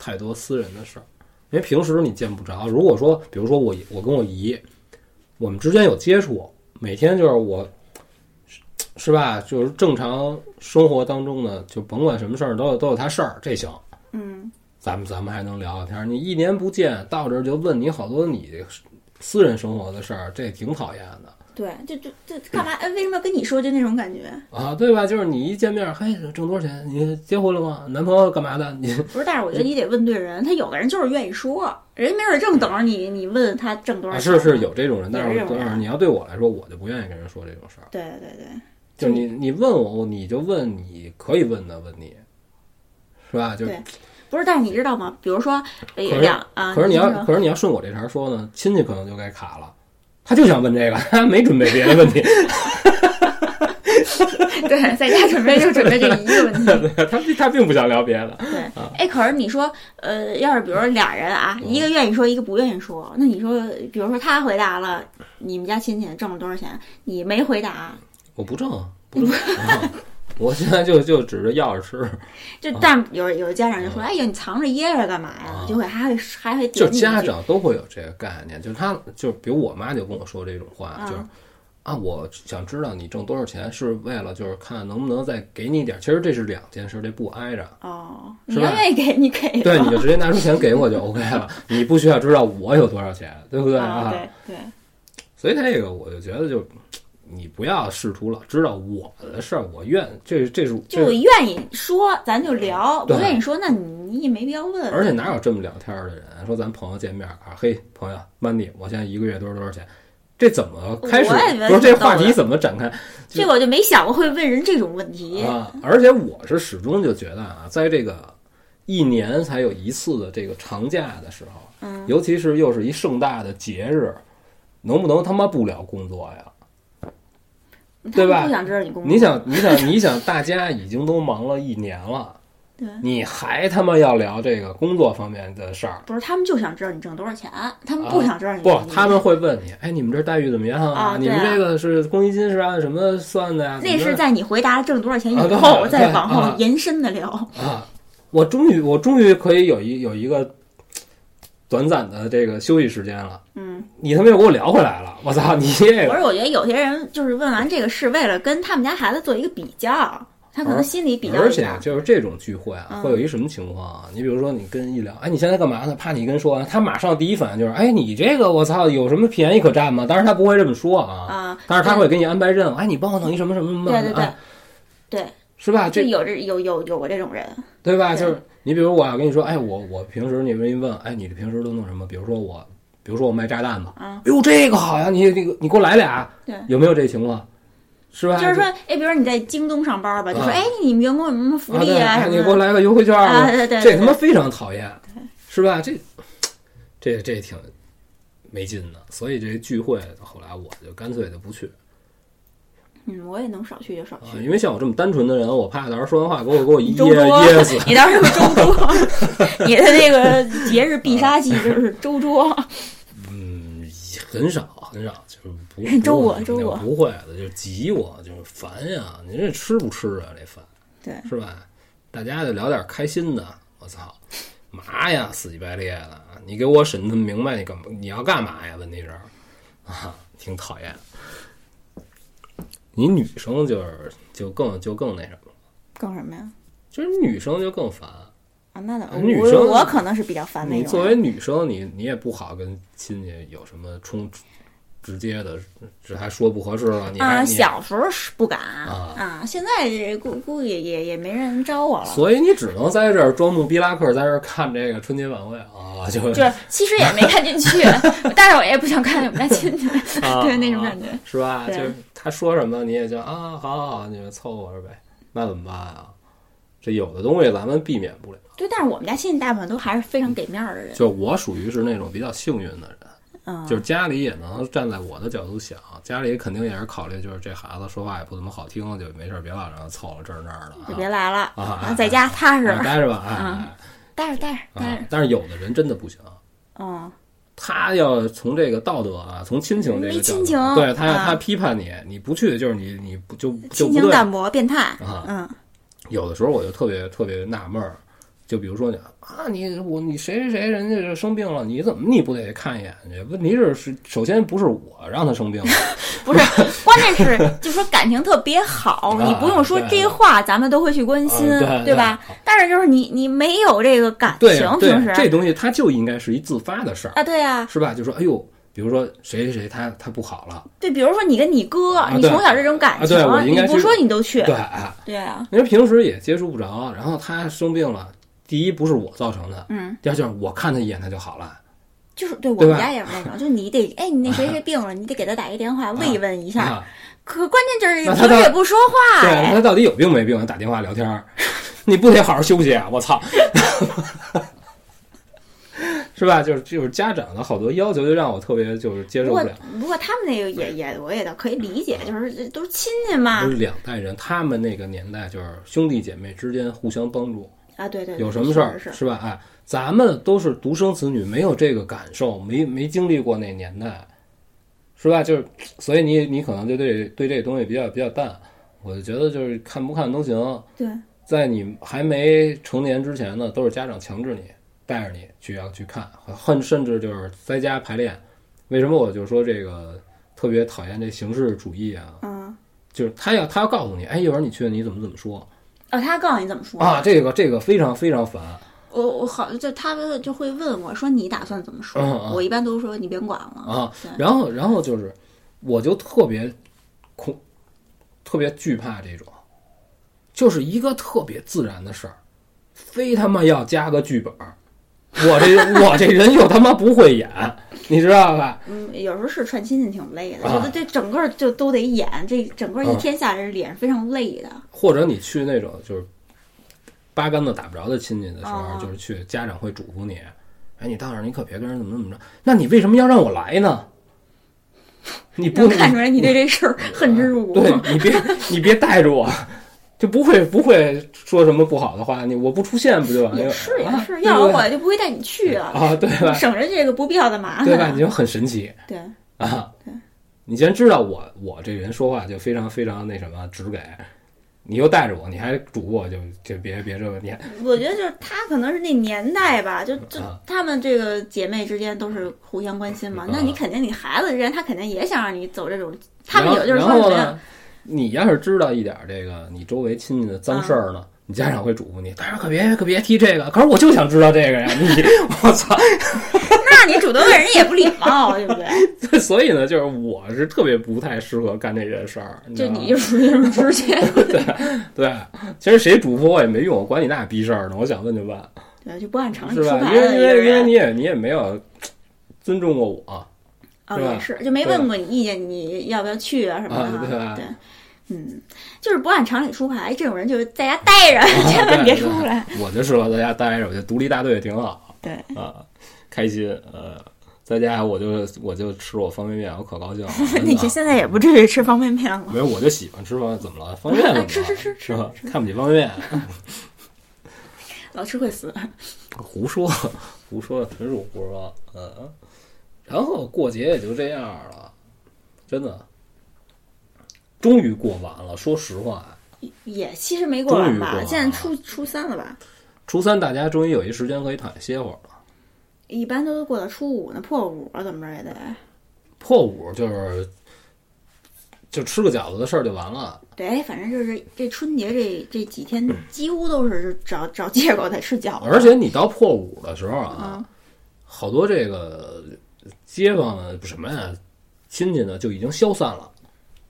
Speaker 4: 太多私人的事儿，因为平时你见不着。如果说，比如说我我跟我姨，我们之间有接触，每天就是我。是吧？就是正常生活当中呢，就甭管什么事儿，都有都有他事儿，这行。
Speaker 3: 嗯，
Speaker 4: 咱们咱们还能聊聊天儿。你一年不见，到这儿就问你好多你私人生活的事儿，这挺讨厌的
Speaker 3: 对，就就就干嘛？哎，为什么要跟你说？就那种感觉，
Speaker 4: 啊，对吧？就是你一见面，嘿，挣多少钱？你结婚了吗？男朋友干嘛的？你
Speaker 3: 不是？但是我觉得你得问对人，他有的人就是愿意说，人家没准正等着你，你问他挣多
Speaker 4: 啊
Speaker 3: 少钱
Speaker 4: 是
Speaker 3: 呢。
Speaker 4: 是有这种人，
Speaker 3: 有
Speaker 4: 但是
Speaker 3: 这种人
Speaker 4: 但是你要对我来说，我就不愿意跟人说这种事儿。
Speaker 3: 对对对。
Speaker 4: 就是你你问我，你就问你可以问的问题，是吧？就
Speaker 3: 对不是，但是你知道吗？比如说，呃
Speaker 4: 可是
Speaker 3: 两啊，
Speaker 4: 可是你
Speaker 3: 听
Speaker 4: 要
Speaker 3: 说
Speaker 4: 可是你要顺我这茬说呢，亲戚可能就该卡了。他就想问这个，他没准备别的问题，
Speaker 3: 对， 在家准备就准备这一 个问题。
Speaker 4: 他他并不想聊别的。
Speaker 3: 对，哎，可是你说，呃，要是比如说俩人啊，
Speaker 4: 嗯
Speaker 3: 一个愿意说，一个不愿意说，那你说，比如说他回答了，你们家亲戚挣了多少钱？你没回答，
Speaker 4: 我不挣 啊，不挣。 啊我现在就就指着钥匙吃，
Speaker 3: 就但有有的家长就说，哎呀，你藏着掖着干嘛呀
Speaker 4: 啊？
Speaker 3: 就会还会还会
Speaker 4: 就
Speaker 3: 点你一
Speaker 4: 家
Speaker 3: 句，
Speaker 4: 长都会有这个概念，就是他就是比如我妈就跟我说这种话，
Speaker 3: 嗯
Speaker 4: 就是啊，我想知道你挣多少钱，是为了就是看能不能再给你一点儿。其实这是两件事，这不挨 着。
Speaker 3: 哦，
Speaker 4: 是
Speaker 3: 你要
Speaker 4: 吧
Speaker 3: 愿意给你给吧，
Speaker 4: 对，你就直接拿出钱给我就 OK 了，你不
Speaker 3: 啊
Speaker 4: 需要知道我有多少钱，对不对啊
Speaker 3: 啊，对对，
Speaker 4: 所以这个我就觉得就你不要试图老知道我的事儿，我愿这这是
Speaker 3: 就
Speaker 4: 这
Speaker 3: 我
Speaker 4: 是，
Speaker 3: 愿意说，咱就聊；不
Speaker 4: 对
Speaker 3: 愿意说，那你也没必要问。
Speaker 4: 而且哪有这么聊天儿的人？说咱朋友见面啊，嘿，朋友，Mandy，我现在一个月多少多少钱？这怎么开始
Speaker 3: 我也觉？得
Speaker 4: 不是这
Speaker 3: 挺逗
Speaker 4: 话题
Speaker 3: 的
Speaker 4: 怎么展开？就
Speaker 3: 这个我就没想过会问人这种问题。
Speaker 4: 啊，而且我是始终就觉得啊，在这个一年才有一次的这个长假的时候，
Speaker 3: 嗯，
Speaker 4: 尤其是又是一盛大的节日，能不能他妈不聊工作呀？对吧
Speaker 3: 他们不想知道你工作。
Speaker 4: 你想，你想，你想，大家已经都忙了一年了，
Speaker 3: 对，
Speaker 4: 你还他妈要聊这个工作方面的事儿？
Speaker 3: 不是他们就想知道你挣多少钱，他们
Speaker 4: 啊
Speaker 3: 不想知道你
Speaker 4: 不
Speaker 3: 挣，多少
Speaker 4: 他们
Speaker 3: 钱
Speaker 4: 会问你，哎，你们这待遇怎么样
Speaker 3: 啊
Speaker 4: 你
Speaker 3: 对啊
Speaker 4: 们这个是公积金是按什么算的呀？
Speaker 3: 那是在你回答挣多少钱以
Speaker 4: 啊对
Speaker 3: 后，
Speaker 4: 对
Speaker 3: 再往
Speaker 4: 啊
Speaker 3: 后延伸的聊。
Speaker 4: 啊，我终于，我终于可以有一有一个短暂的这个休息时间了。
Speaker 3: 嗯，
Speaker 4: 你他妈又给我聊回来了，我操，你这
Speaker 3: 不
Speaker 4: 个
Speaker 3: 是，我觉得有些人就是问完这个是为了跟他们家孩子做一个比较，他可
Speaker 4: 啊
Speaker 3: 能心里比较
Speaker 4: 而
Speaker 3: 一
Speaker 4: 且
Speaker 3: 下。
Speaker 4: 就是这种聚会啊，
Speaker 3: 嗯
Speaker 4: 会有一什么情况啊？你比如说，你跟一聊，哎，你现在干嘛呢？怕你跟说完，他马上第一反应就是，哎，你这个我操，有什么便宜可占吗？当然他不会这么说啊，
Speaker 3: 啊，
Speaker 4: 但是他会给你安排任务，哎，你帮我弄一什么什么什么，
Speaker 3: 对对对
Speaker 4: 啊，
Speaker 3: 对，
Speaker 4: 是吧？
Speaker 3: 就
Speaker 4: 这
Speaker 3: 有这有有有过这种人，
Speaker 4: 对吧？就
Speaker 3: 对
Speaker 4: 是你比如我要跟你说，哎，我我平时你们一问，哎，你平时都弄什么？比如说我，比如说我卖炸弹吧，
Speaker 3: 嗯
Speaker 4: 哎呦，这个好呀，你你你给我来俩，
Speaker 3: 对
Speaker 4: 有没有这情况？是吧？
Speaker 3: 就是说，哎，比如说你在京东上班吧，就说，
Speaker 4: 啊
Speaker 3: 哎，你们员工有什么福利
Speaker 4: 啊
Speaker 3: 啊
Speaker 4: 对哎
Speaker 3: 什
Speaker 4: 你给我
Speaker 3: 么的
Speaker 4: 来个优惠券
Speaker 3: 啊，对对对，
Speaker 4: 这他妈
Speaker 3: 对
Speaker 4: 非常讨厌，是吧？这这这挺没劲的，所以这聚会后来我就干脆就不去
Speaker 3: 嗯，我也能少去就少
Speaker 4: 啊，
Speaker 3: 去。
Speaker 4: 因为像我这么单纯的人，我怕到时候说完话给我给我噎
Speaker 3: 周桌
Speaker 4: 噎死，，
Speaker 3: 你倒是个周 桌，你的那个节日必杀技就是周桌。
Speaker 4: 嗯，很少很少，就是不
Speaker 3: 周我
Speaker 4: 不会
Speaker 3: 周啊我
Speaker 4: 不会的，就是急我就是烦呀，你这吃不吃啊这饭
Speaker 3: 对，
Speaker 4: 是吧？大家就聊点开心的，我操，嘛呀死乞白咧的，你给我审问明白你干嘛你要干嘛呀？问题是 啊，挺讨厌。你女生就是就更就更那什么，
Speaker 3: 更什么呀？
Speaker 4: 就是女生就更烦。
Speaker 3: 啊，那倒，
Speaker 4: 女
Speaker 3: 我
Speaker 4: 生
Speaker 3: 我可能是比较烦那
Speaker 4: 你
Speaker 3: 种人。
Speaker 4: 作为女生，你你也不好跟亲戚有什么冲直接的，这还说不合适了。你还、
Speaker 3: 啊，
Speaker 4: 你
Speaker 3: 小时候是不敢
Speaker 4: 啊
Speaker 3: 现在这估估计也也也没人招我了。
Speaker 4: 所以你只能在这儿装木逼拉克，在这儿看这个春节晚会啊，就
Speaker 3: 就是其实也没看进 去，但是我也不想看你们家亲戚，
Speaker 4: 啊
Speaker 3: 对那种感觉。
Speaker 4: 是吧？就
Speaker 3: 对
Speaker 4: 是他说什么你也就啊，好好好，你们凑合着呗。那怎么办啊？这有的东西咱们避免不了。
Speaker 3: 对，但是我们家亲戚大部分都还是非常给面儿的人，
Speaker 4: 就我属于是那种比较幸运的人，
Speaker 3: 嗯，
Speaker 4: 就是家里也能站在我的角度想，家里肯定也是考虑，就是这孩子说话也不怎么好听，就没事儿别老让他凑了这儿那儿的
Speaker 3: 就
Speaker 4: 啊。
Speaker 3: 别来了，
Speaker 4: 啊
Speaker 3: 然后在家踏实
Speaker 4: 啊，待着吧，
Speaker 3: 啊
Speaker 4: 啊，
Speaker 3: 待着待着待
Speaker 4: 啊
Speaker 3: 着，
Speaker 4: 但是有的人真的不行，啊
Speaker 3: 嗯，
Speaker 4: 他要从这个道德啊，从亲情这个
Speaker 3: 没
Speaker 4: 角
Speaker 3: 亲情
Speaker 4: 度，对他要
Speaker 3: 啊
Speaker 4: 他批判你，你不去就是你你不就就
Speaker 3: 亲
Speaker 4: 不
Speaker 3: 情
Speaker 4: 对。
Speaker 3: 淡薄，变态，
Speaker 4: 啊
Speaker 3: 嗯，
Speaker 4: 有的时候我就特别特别纳闷儿，就比如说你啊，你我你谁谁谁人家就生病了，你怎么你不得看一眼去？问题是是首先不是我让他生 病的，
Speaker 3: 不是，关键是就是说感情特别好，
Speaker 4: 啊
Speaker 3: 你不用说
Speaker 4: 对
Speaker 3: 这话，咱们都会去关心
Speaker 4: 啊对，
Speaker 3: 对吧？但是就是你你没有这个感
Speaker 4: 对
Speaker 3: 情
Speaker 4: 呀，对
Speaker 3: 平
Speaker 4: 呀，这
Speaker 3: 时
Speaker 4: 东西它就应该是一自发的事儿，
Speaker 3: 啊，对呀，
Speaker 4: 是吧？就说哎呦，比如说谁谁谁他他不好了，
Speaker 3: 对，比如说你跟你哥，
Speaker 4: 啊
Speaker 3: 你
Speaker 4: 对
Speaker 3: 从小这种感情，
Speaker 4: 啊对我应该
Speaker 3: 你不
Speaker 4: 去
Speaker 3: 说你都去，
Speaker 4: 对，啊
Speaker 3: 对啊，
Speaker 4: 因为平时也接触不着，然后他生病了，第一不是我造成的，
Speaker 3: 嗯，
Speaker 4: 第二就是我看他一眼他就好了。
Speaker 3: 就是对我
Speaker 4: 对吧
Speaker 3: 们家也是那种，就你得，哎，你那谁谁病了，你得给他打一电话慰问一下。
Speaker 4: 啊，
Speaker 3: 可关键就是
Speaker 4: 那
Speaker 3: 平
Speaker 4: 他
Speaker 3: 时
Speaker 4: 倒
Speaker 3: 也不说话，
Speaker 4: 对，
Speaker 3: 哎
Speaker 4: 他到底有病没病？打电话聊天儿，你不得好好休息啊！我操， 是吧？就是就是家长的好多要求，就让我特别就是接
Speaker 3: 不
Speaker 4: 受不
Speaker 3: 过
Speaker 4: 了。
Speaker 3: 不过他们那个也也我也倒可以理解，就是这都是亲戚嘛
Speaker 4: 都是两代人，他们那个年代就是兄弟姐妹之间互相帮助，
Speaker 3: 啊，对对，对
Speaker 4: 有什么事儿
Speaker 3: 确实是
Speaker 4: 是吧？哎，咱们都是独生子女，没有这个感受，没没经历过那年代，是吧？就是，所以你你可能就对对这东西比较比较淡。我就觉得就是看不看都行，
Speaker 3: 对
Speaker 4: 在你还没成年之前呢，都是家长强制你带着你去要去看，恨甚至就是在家排练。为什么我就说这个特别讨厌这形式主义啊？
Speaker 3: 嗯。
Speaker 4: 就是他要他要告诉你，哎，一会儿你去你怎么怎么说
Speaker 3: 哦，他告诉你怎么说
Speaker 4: 啊？？这个这个非常非常烦。
Speaker 3: 我我好就他们就会问我说你打算怎么说
Speaker 4: 嗯嗯？
Speaker 3: 我一般都说你别管了
Speaker 4: 啊
Speaker 3: 哦对，
Speaker 4: 然后然后就是，我就特别恐，特别惧怕这种，就是一个特别自然的事儿，非他妈要加个剧本儿。我这我这人又他妈不会演，你知道吧？
Speaker 3: 嗯，有时候是串亲戚挺累的，
Speaker 4: 啊
Speaker 3: 觉得这整个就都得演，这整个一
Speaker 4: 啊
Speaker 3: 天下来脸是非常累的。
Speaker 4: 或者你去那种就是八竿子打不着的亲戚的时候，
Speaker 3: 哦
Speaker 4: 就是去家长会嘱咐你，哎，你到那儿你可别跟人怎么怎么着，那你为什么要让我来呢？你不嗯
Speaker 3: 能看出来你对这事儿恨之入骨。
Speaker 4: 对你别你别带着我，就不会不会说什么不好的话，你我不出现不就完了？
Speaker 3: 也是也
Speaker 4: 啊
Speaker 3: 是，
Speaker 4: 对
Speaker 3: 要不
Speaker 4: 不
Speaker 3: 然
Speaker 4: 对
Speaker 3: 我就不会带你去了，
Speaker 4: 啊，对吧？
Speaker 3: 省着这个不必要的麻
Speaker 4: 对吧？
Speaker 3: 烦。
Speaker 4: 你就很神奇
Speaker 3: 对，
Speaker 4: 啊
Speaker 3: 对！
Speaker 4: 你既然知道我我这人说话就非常非常那什么直给，你又带着我，你还嘱咐我就就别别这个，你还
Speaker 3: 我觉得就是她可能是那年代吧，就就
Speaker 4: 啊
Speaker 3: 她们这个姐妹之间都是互相关心嘛。那你肯定你孩子之间，她肯定也想让你走这种，她们
Speaker 4: 然后
Speaker 3: 有就是
Speaker 4: 然
Speaker 3: 说什
Speaker 4: 后
Speaker 3: 么呀？
Speaker 4: 呢？你要是知道一点这个你周围亲戚的脏事儿
Speaker 3: 嗯
Speaker 4: 呢，你家长会嘱咐你，当然可别可别提这个。可是我就想知道这个呀，你 我操！
Speaker 3: 那你主动问人家也不礼貌，对不 对？
Speaker 4: 所以呢，就是我是特别不太适合干这件事儿，
Speaker 3: 就
Speaker 4: 知道吗
Speaker 3: 你就属于那种直接，
Speaker 4: 嗯对。啊其实谁嘱咐我也没用，我管你那逼事儿呢，我想问就
Speaker 3: 啊
Speaker 4: 问，
Speaker 3: 对，就不按常理
Speaker 4: 是
Speaker 3: 出
Speaker 4: 吧？
Speaker 3: 牌
Speaker 4: 因
Speaker 3: 的
Speaker 4: 为
Speaker 3: 一
Speaker 4: 因
Speaker 3: 个
Speaker 4: 为因为
Speaker 3: 人
Speaker 4: 你也你也没有尊重过我
Speaker 3: 啊，
Speaker 4: 是吧
Speaker 3: 也是，就没问过你意见，你要不要去啊什么
Speaker 4: 啊对
Speaker 3: 的
Speaker 4: 吧
Speaker 3: 啊，对。嗯，就是不按常理出牌，这种人就是在家待
Speaker 4: 啊
Speaker 3: 着， 千万别出来。
Speaker 4: 我就适合在家待着，我就独立大队也挺好
Speaker 3: 对，。
Speaker 4: 啊，开心呃。在家我就我就吃我方便面，我可高兴了 真
Speaker 3: 你这
Speaker 4: 的
Speaker 3: 现在也不至于吃方便面了。
Speaker 4: 没有，我就喜欢吃方便，怎么了？方便面怎 么了？
Speaker 3: 吃吃吃吃
Speaker 4: 是吧？看不起方便面，
Speaker 3: 老吃会死。
Speaker 4: 胡说，胡说，纯属胡说。嗯，然后过节也就这样了，真的，终于过完了。说实话，
Speaker 3: 也其实没过完
Speaker 4: 终于过
Speaker 3: 吧，
Speaker 4: 完
Speaker 3: 现在初初三了吧，
Speaker 4: 初三大家终于有一时间可以躺下歇会儿了。
Speaker 3: 一般都过到初五呢，破五了怎么着也得。
Speaker 4: 破五就是就吃个饺子的事儿就完了。
Speaker 3: 对，哎反正就是这这春节这这几天几乎都是就找找借口在吃饺子，
Speaker 4: 嗯而且你到破五的时候啊，
Speaker 3: 嗯
Speaker 4: 好多这个街坊呢不什么呀，亲戚呢就已经消散了。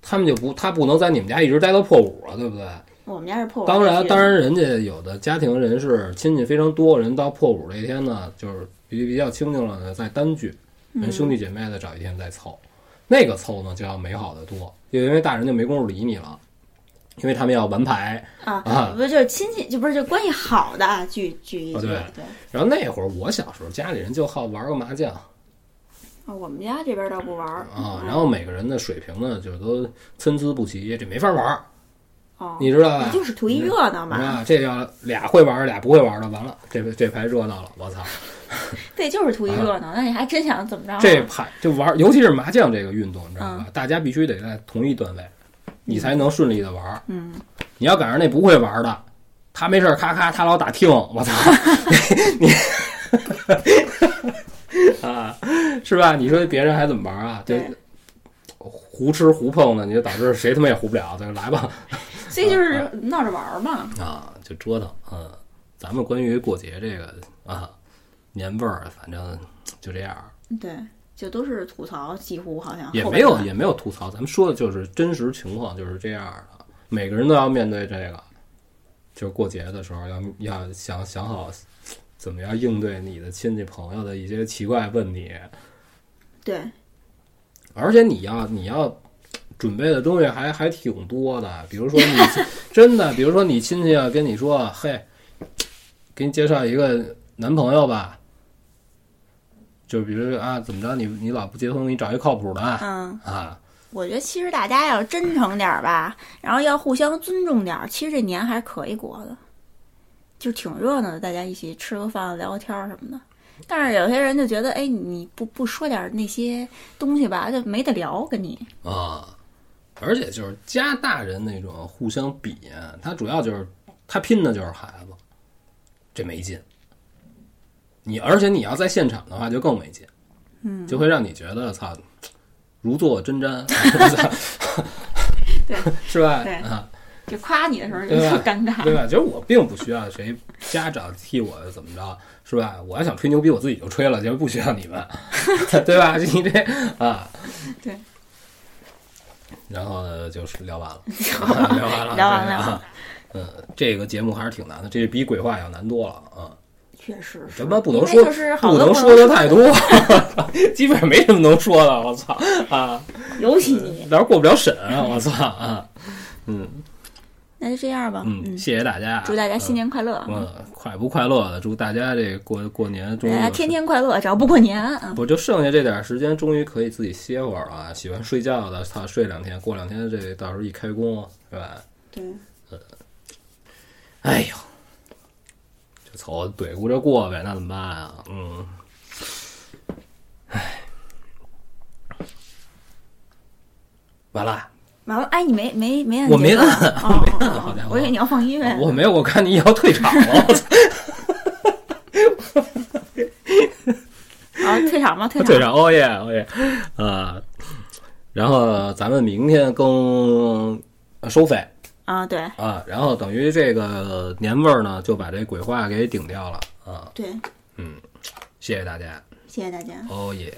Speaker 4: 他们就不，他不能在你们家一直待到破五了，对不对？
Speaker 3: 我们家是破五。
Speaker 4: 当然，当然，，人家有的家庭人士亲戚非常多，人到破五这一天呢，就是比比较清静了呢，再单聚，
Speaker 3: 嗯
Speaker 4: 人兄弟姐妹的找一天再凑，那个凑呢就要美好的多，就因为大人就没工夫理你了，因为他们要玩牌，
Speaker 3: 啊
Speaker 4: 啊，
Speaker 3: 不就是亲戚，就不是就关系好的啊聚聚一
Speaker 4: 啊
Speaker 3: 聚。
Speaker 4: 对
Speaker 3: 对，
Speaker 4: 然后那会儿我小时候，家里人就好玩个麻将
Speaker 3: 啊我们家这边倒不玩儿
Speaker 4: 啊，然后每个人的水平呢，就都参差不齐，这没法玩儿，
Speaker 3: 哦，
Speaker 4: 你知道吧？
Speaker 3: 就是图一热闹嘛，
Speaker 4: 啊，这要俩会玩儿俩不会玩儿的，完了，这这牌热闹了，我操！
Speaker 3: 对，就是图一热闹。那你还真想怎么着啊？
Speaker 4: 这牌就玩儿，尤其是麻将这个运动，你知道吧？
Speaker 3: 嗯
Speaker 4: 大家必须得在同一段位，你才能顺利的玩儿。
Speaker 3: 嗯，
Speaker 4: 你要赶上那不会玩儿的，他没事儿咔咔，他老打听，我操，你你 啊，是吧？你说别人还怎么玩儿啊？就
Speaker 3: 对
Speaker 4: 胡吃胡碰的，你就导致谁他妈也胡不了，就来吧
Speaker 3: 所以就是闹着玩儿嘛。
Speaker 4: 啊，就折腾。嗯，咱们关于过节这个啊年味儿，反正就这样儿。
Speaker 3: 对，就都是吐槽，几乎好像
Speaker 4: 也
Speaker 3: 后
Speaker 4: 没
Speaker 3: 半
Speaker 4: 有
Speaker 3: 段
Speaker 4: 也没有吐槽，咱们说的就是真实情况就是这样的，每个人都要面对这个，就是过节的时候要要想想好怎么样应对你的亲戚朋友的一些奇怪问题，
Speaker 3: 对，
Speaker 4: 而且你要你要准备的东西还还挺多的，比如说 你真的，比如说你亲戚啊跟你说，嘿，给你介绍一个男朋友吧。就比如说啊，怎么着你你老不结婚，我给你找一靠谱的啊
Speaker 3: 嗯，
Speaker 4: 啊，
Speaker 3: 我觉得其实大家要真诚点儿吧，然后要互相尊重点儿，其实这年还是可以过的，就挺热闹的，大家一起吃个饭、聊个天儿什么的。但是有些人就觉得，哎，你不不说点儿那些东西吧，就没得聊跟你。
Speaker 4: 啊，而且就是加大人那种互相比，啊他主要就是他拼的就是孩子，这没劲。你而且你要在现场的话，就更没劲，嗯，就会让你觉得操，如坐针毡，
Speaker 3: 对，
Speaker 4: 是吧？
Speaker 3: 对
Speaker 4: 啊，
Speaker 3: 就夸你的时候就
Speaker 4: 对吧
Speaker 3: 尴尬。
Speaker 4: 对吧？其实我并不需要谁家长替我怎么着，是吧？我要想吹牛逼，我自己就吹了，就不需 要你们，对吧？你这啊，
Speaker 3: 对，
Speaker 4: 然后呢，就是聊完了，啊聊完了，
Speaker 3: 聊完了
Speaker 4: 对啊。嗯，这个节目还是挺难的，这比鬼话要难多了啊！
Speaker 3: 确实是
Speaker 4: 咱们不能
Speaker 3: 因为
Speaker 4: 说，
Speaker 3: 就是好
Speaker 4: 不
Speaker 3: 多
Speaker 4: 能说的太多， 基本上没什么能说的。我操啊！
Speaker 3: 尤其你。
Speaker 4: 到时候过不了审啊！我操啊！嗯
Speaker 3: 那就这样吧，
Speaker 4: 嗯，谢谢大家啊，
Speaker 3: 祝大家新年快乐，
Speaker 4: 嗯，嗯，快不快乐的？祝大家这过过年终
Speaker 3: 大
Speaker 4: 于
Speaker 3: 家
Speaker 4: 有
Speaker 3: 天天快乐，只要不过年啊。
Speaker 4: 我就剩下这点时间，终于可以自己歇会儿了啊。喜欢睡觉的，他睡两天，过两天这到时候一开工，是吧？
Speaker 3: 对，
Speaker 4: 哎呦，就瞅怼咕着过呗，那怎么办啊？嗯，哎，完了，
Speaker 3: 完了，哎，你没没没按，
Speaker 4: 我没按，
Speaker 3: 哦，
Speaker 4: 我没
Speaker 3: 哦
Speaker 4: 按，好家
Speaker 3: 哦
Speaker 4: 伙
Speaker 3: 我以为你要放音乐，
Speaker 4: 我没有，我看你也要退场 了，我操，
Speaker 3: 啊，退场吧，退
Speaker 4: 退
Speaker 3: 场，
Speaker 4: 场，哦耶，哦耶，啊，然后咱们明天更呃收费。
Speaker 3: 啊，对
Speaker 4: 啊，然后等于这个年味儿呢，就把这鬼话给顶掉了啊！
Speaker 3: 对，
Speaker 4: 谢谢大家，
Speaker 3: 谢谢大家。
Speaker 4: 哦耶。